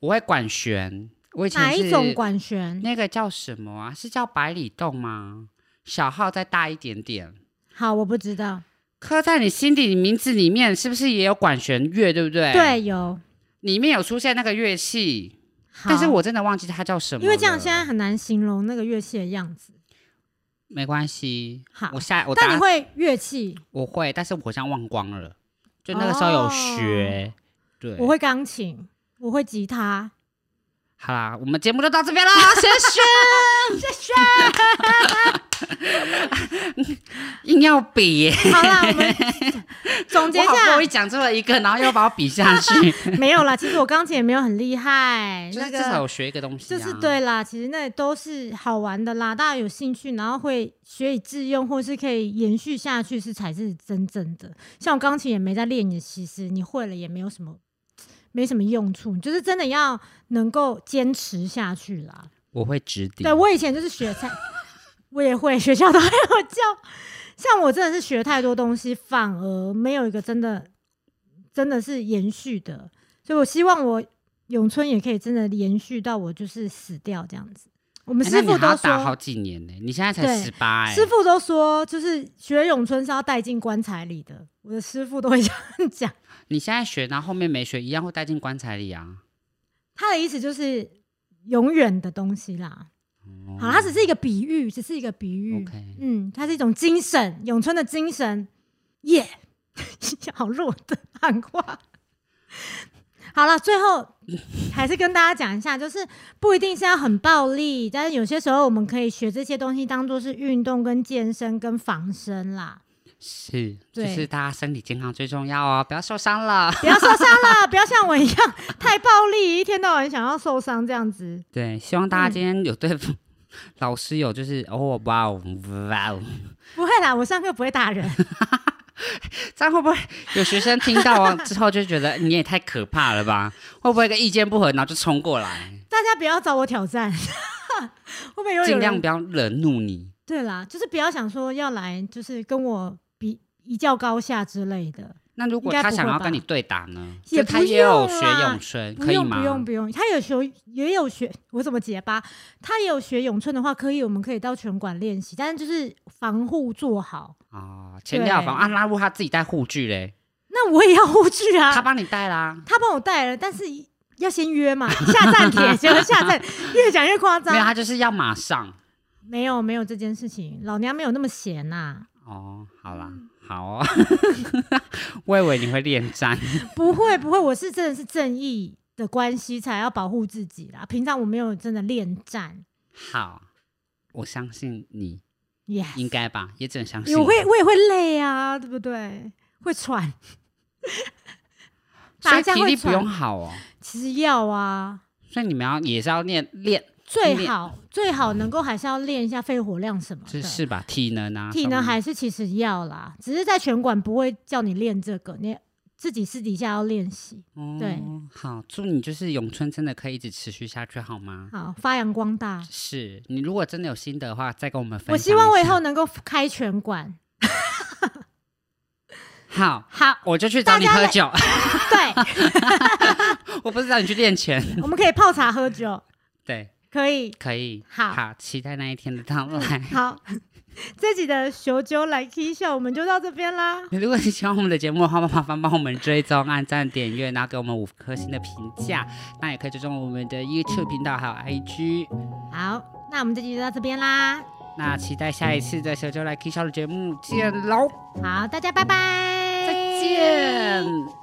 Speaker 1: 我会管弦，我以前
Speaker 2: 哪一种
Speaker 1: 是
Speaker 2: 管弦？
Speaker 1: 那个叫什么啊？是叫百里洞吗？小号再大一点点。
Speaker 2: 好，我不知道。
Speaker 1: 刻在你心底的名字里面，是不是也有管弦乐？对不对？，
Speaker 2: 对，有。
Speaker 1: 里面有出现那个乐器，
Speaker 2: 好
Speaker 1: 但是我真的忘记它叫什么了。
Speaker 2: 因为这样现在很难形容那个乐器的样子。
Speaker 1: 没关系。
Speaker 2: 好
Speaker 1: 我下我
Speaker 2: 但
Speaker 1: 答
Speaker 2: 你会乐器，
Speaker 1: 我会，但是我好像忘光了，就那个时候有学。对，
Speaker 2: 哦我。会钢琴，我会 吉他。
Speaker 1: 好啦，我们节目就到这边啦，谢谢，
Speaker 2: 谢谢。
Speaker 1: 硬要比耶，
Speaker 2: 好啦，我们 总结
Speaker 1: 我
Speaker 2: 一
Speaker 1: 好不容易
Speaker 2: 下，
Speaker 1: 讲出了一个，然后又把我比下 去，
Speaker 2: 没有啦。其实我钢琴也没有很厉害，
Speaker 1: 就是至
Speaker 2: 那
Speaker 1: 少
Speaker 2: 个
Speaker 1: 有学一个东西、
Speaker 2: 就
Speaker 1: 啊，
Speaker 2: 是。对啦。其实那都是好玩的啦，大家有兴趣，然后会学以致用，或是可以延续下去，是才是真正的。像我钢琴也没在练，也其实你会了也没有什么。没什么用处，你就是真的要能够坚持下去啦。
Speaker 1: 我会指点。
Speaker 2: 对我以前就是学菜， 我也会学校都还有教。像我真的是学太多东西，反而没有一个真的真的是延续的，所以我希望我咏春也可以真的延续到我就是死掉这样子。我们
Speaker 1: 哎
Speaker 2: 师
Speaker 1: 那你
Speaker 2: 傅
Speaker 1: 还要
Speaker 2: 都
Speaker 1: 打好
Speaker 2: 说，
Speaker 1: 几年呢、你现在才
Speaker 2: 对
Speaker 1: 十八哎，
Speaker 2: 师傅都说，就是学咏春是要带进棺材里的。我的师傅都会这样讲，
Speaker 1: 你现在学，然后后面没学，一样会带进棺材里啊。
Speaker 2: 他的意思就是永远的东西啦。好，它只是一个比喻，只是一个比喻。
Speaker 1: 嗯 OK
Speaker 2: 啊嗯，它是一种精神，咏春的精神，耶、 好弱的汉话。好了，最后还是跟大家讲一下，就是不一定是要很暴力，但是有些时候我们可以学这些东西，当做是运动、跟健身、跟防身啦。
Speaker 1: 是，就
Speaker 2: 对
Speaker 1: 是大家身体健康最重要哦，不要受伤了。
Speaker 2: 不要受伤 了，不要像我一样太暴力，一天到晚想要受伤这样子。
Speaker 1: 对，希望大家
Speaker 2: 嗯
Speaker 1: 今天有对付、老师有就是哦哇哦哇哦，
Speaker 2: 不会啦，我上课不会打人。
Speaker 1: 这样会不会有学生听到啊之后就觉得你也太可怕了吧？会不会一个意见不合然后就冲过来？
Speaker 2: 大家不要找我挑战， 会不会有
Speaker 1: 尽
Speaker 2: 人
Speaker 1: 量不要惹怒你。
Speaker 2: 对啦，就是不要想说要来，就是跟我比一较高下之类的，
Speaker 1: 那如果
Speaker 2: 应该
Speaker 1: 他
Speaker 2: 不
Speaker 1: 想
Speaker 2: 会
Speaker 1: 要
Speaker 2: 吧
Speaker 1: 跟你对打呢？
Speaker 2: 也
Speaker 1: 就他
Speaker 2: 不
Speaker 1: 也有
Speaker 2: 用
Speaker 1: 学
Speaker 2: 啦
Speaker 1: 咏春，
Speaker 2: 不
Speaker 1: 可以
Speaker 2: 用
Speaker 1: 吗？
Speaker 2: 不用不用。他有学也有学，我怎么结巴？他也有学咏春的话，可以我们可以到拳馆练习，但是就是防护做好。
Speaker 1: 哦，前料房
Speaker 2: 对
Speaker 1: 啊，那如果他自己带护具嘞，
Speaker 2: 那我也要护具啊，
Speaker 1: 他帮你带啦。
Speaker 2: 他帮我带了，但是要先约嘛，下 站帖，结果下站，越讲越夸张
Speaker 1: 没。有，他就是要马上。
Speaker 2: 没有没有这件事情，老娘没有那么闲呐、
Speaker 1: 哦，好啦，
Speaker 2: 嗯
Speaker 1: 好哦， 我以为你会恋战。
Speaker 2: 不会不会，我是真的是正义的关系才要保护自己啦。平常我没有真的恋战，
Speaker 1: 好，我相信你，
Speaker 2: 耶、
Speaker 1: 应该吧，也只能相信
Speaker 2: 我
Speaker 1: 你。
Speaker 2: 会我也会累啊，对不对？会喘，
Speaker 1: 所
Speaker 2: 打
Speaker 1: 以
Speaker 2: 架
Speaker 1: 体
Speaker 2: 会
Speaker 1: 力不
Speaker 2: 喘
Speaker 1: 用，好哦。
Speaker 2: 其实要啊，
Speaker 1: 所以你们要也是要练练，
Speaker 2: 最
Speaker 1: 练
Speaker 2: 好最好能够还是要练一下肺活量什么
Speaker 1: 是
Speaker 2: 的。
Speaker 1: 是吧？体能啊，
Speaker 2: 体
Speaker 1: 什
Speaker 2: 能
Speaker 1: 么
Speaker 2: 还是其实要啦，只是在拳馆不会叫你练这个，你自己私底下要练习。对
Speaker 1: 哦好，祝你就是咏春真的可以一直持续下去，好吗？
Speaker 2: 好，发扬光大。
Speaker 1: 是你如果真的有心得的话，再跟我们分享
Speaker 2: 我
Speaker 1: 一下。
Speaker 2: 希望我以后能够开拳馆。
Speaker 1: 好，
Speaker 2: 好，
Speaker 1: 我就去找你
Speaker 2: 大家
Speaker 1: 喝
Speaker 2: 来
Speaker 1: 酒，
Speaker 2: 对，
Speaker 1: 我不是找你去练拳。
Speaker 2: 我们可以泡茶喝酒，
Speaker 1: 对，
Speaker 2: 可以。
Speaker 1: 可以，
Speaker 2: 好嗯
Speaker 1: 好，期待那一天的到来。
Speaker 2: 好， 这集的熊酒来 K 秀我们就到这边啦。
Speaker 1: 如果你喜欢我们的节目的话，麻烦帮我们追踪、按赞、点阅，然后给我们五颗星的评价。那也可以追踪我们的 YouTube 频道还有 IG。
Speaker 2: 好，那我们这集就到这边啦。
Speaker 1: 那期待下一次的小周来 K 笑的节目见喽，
Speaker 2: 好，大家拜拜，
Speaker 1: 再见。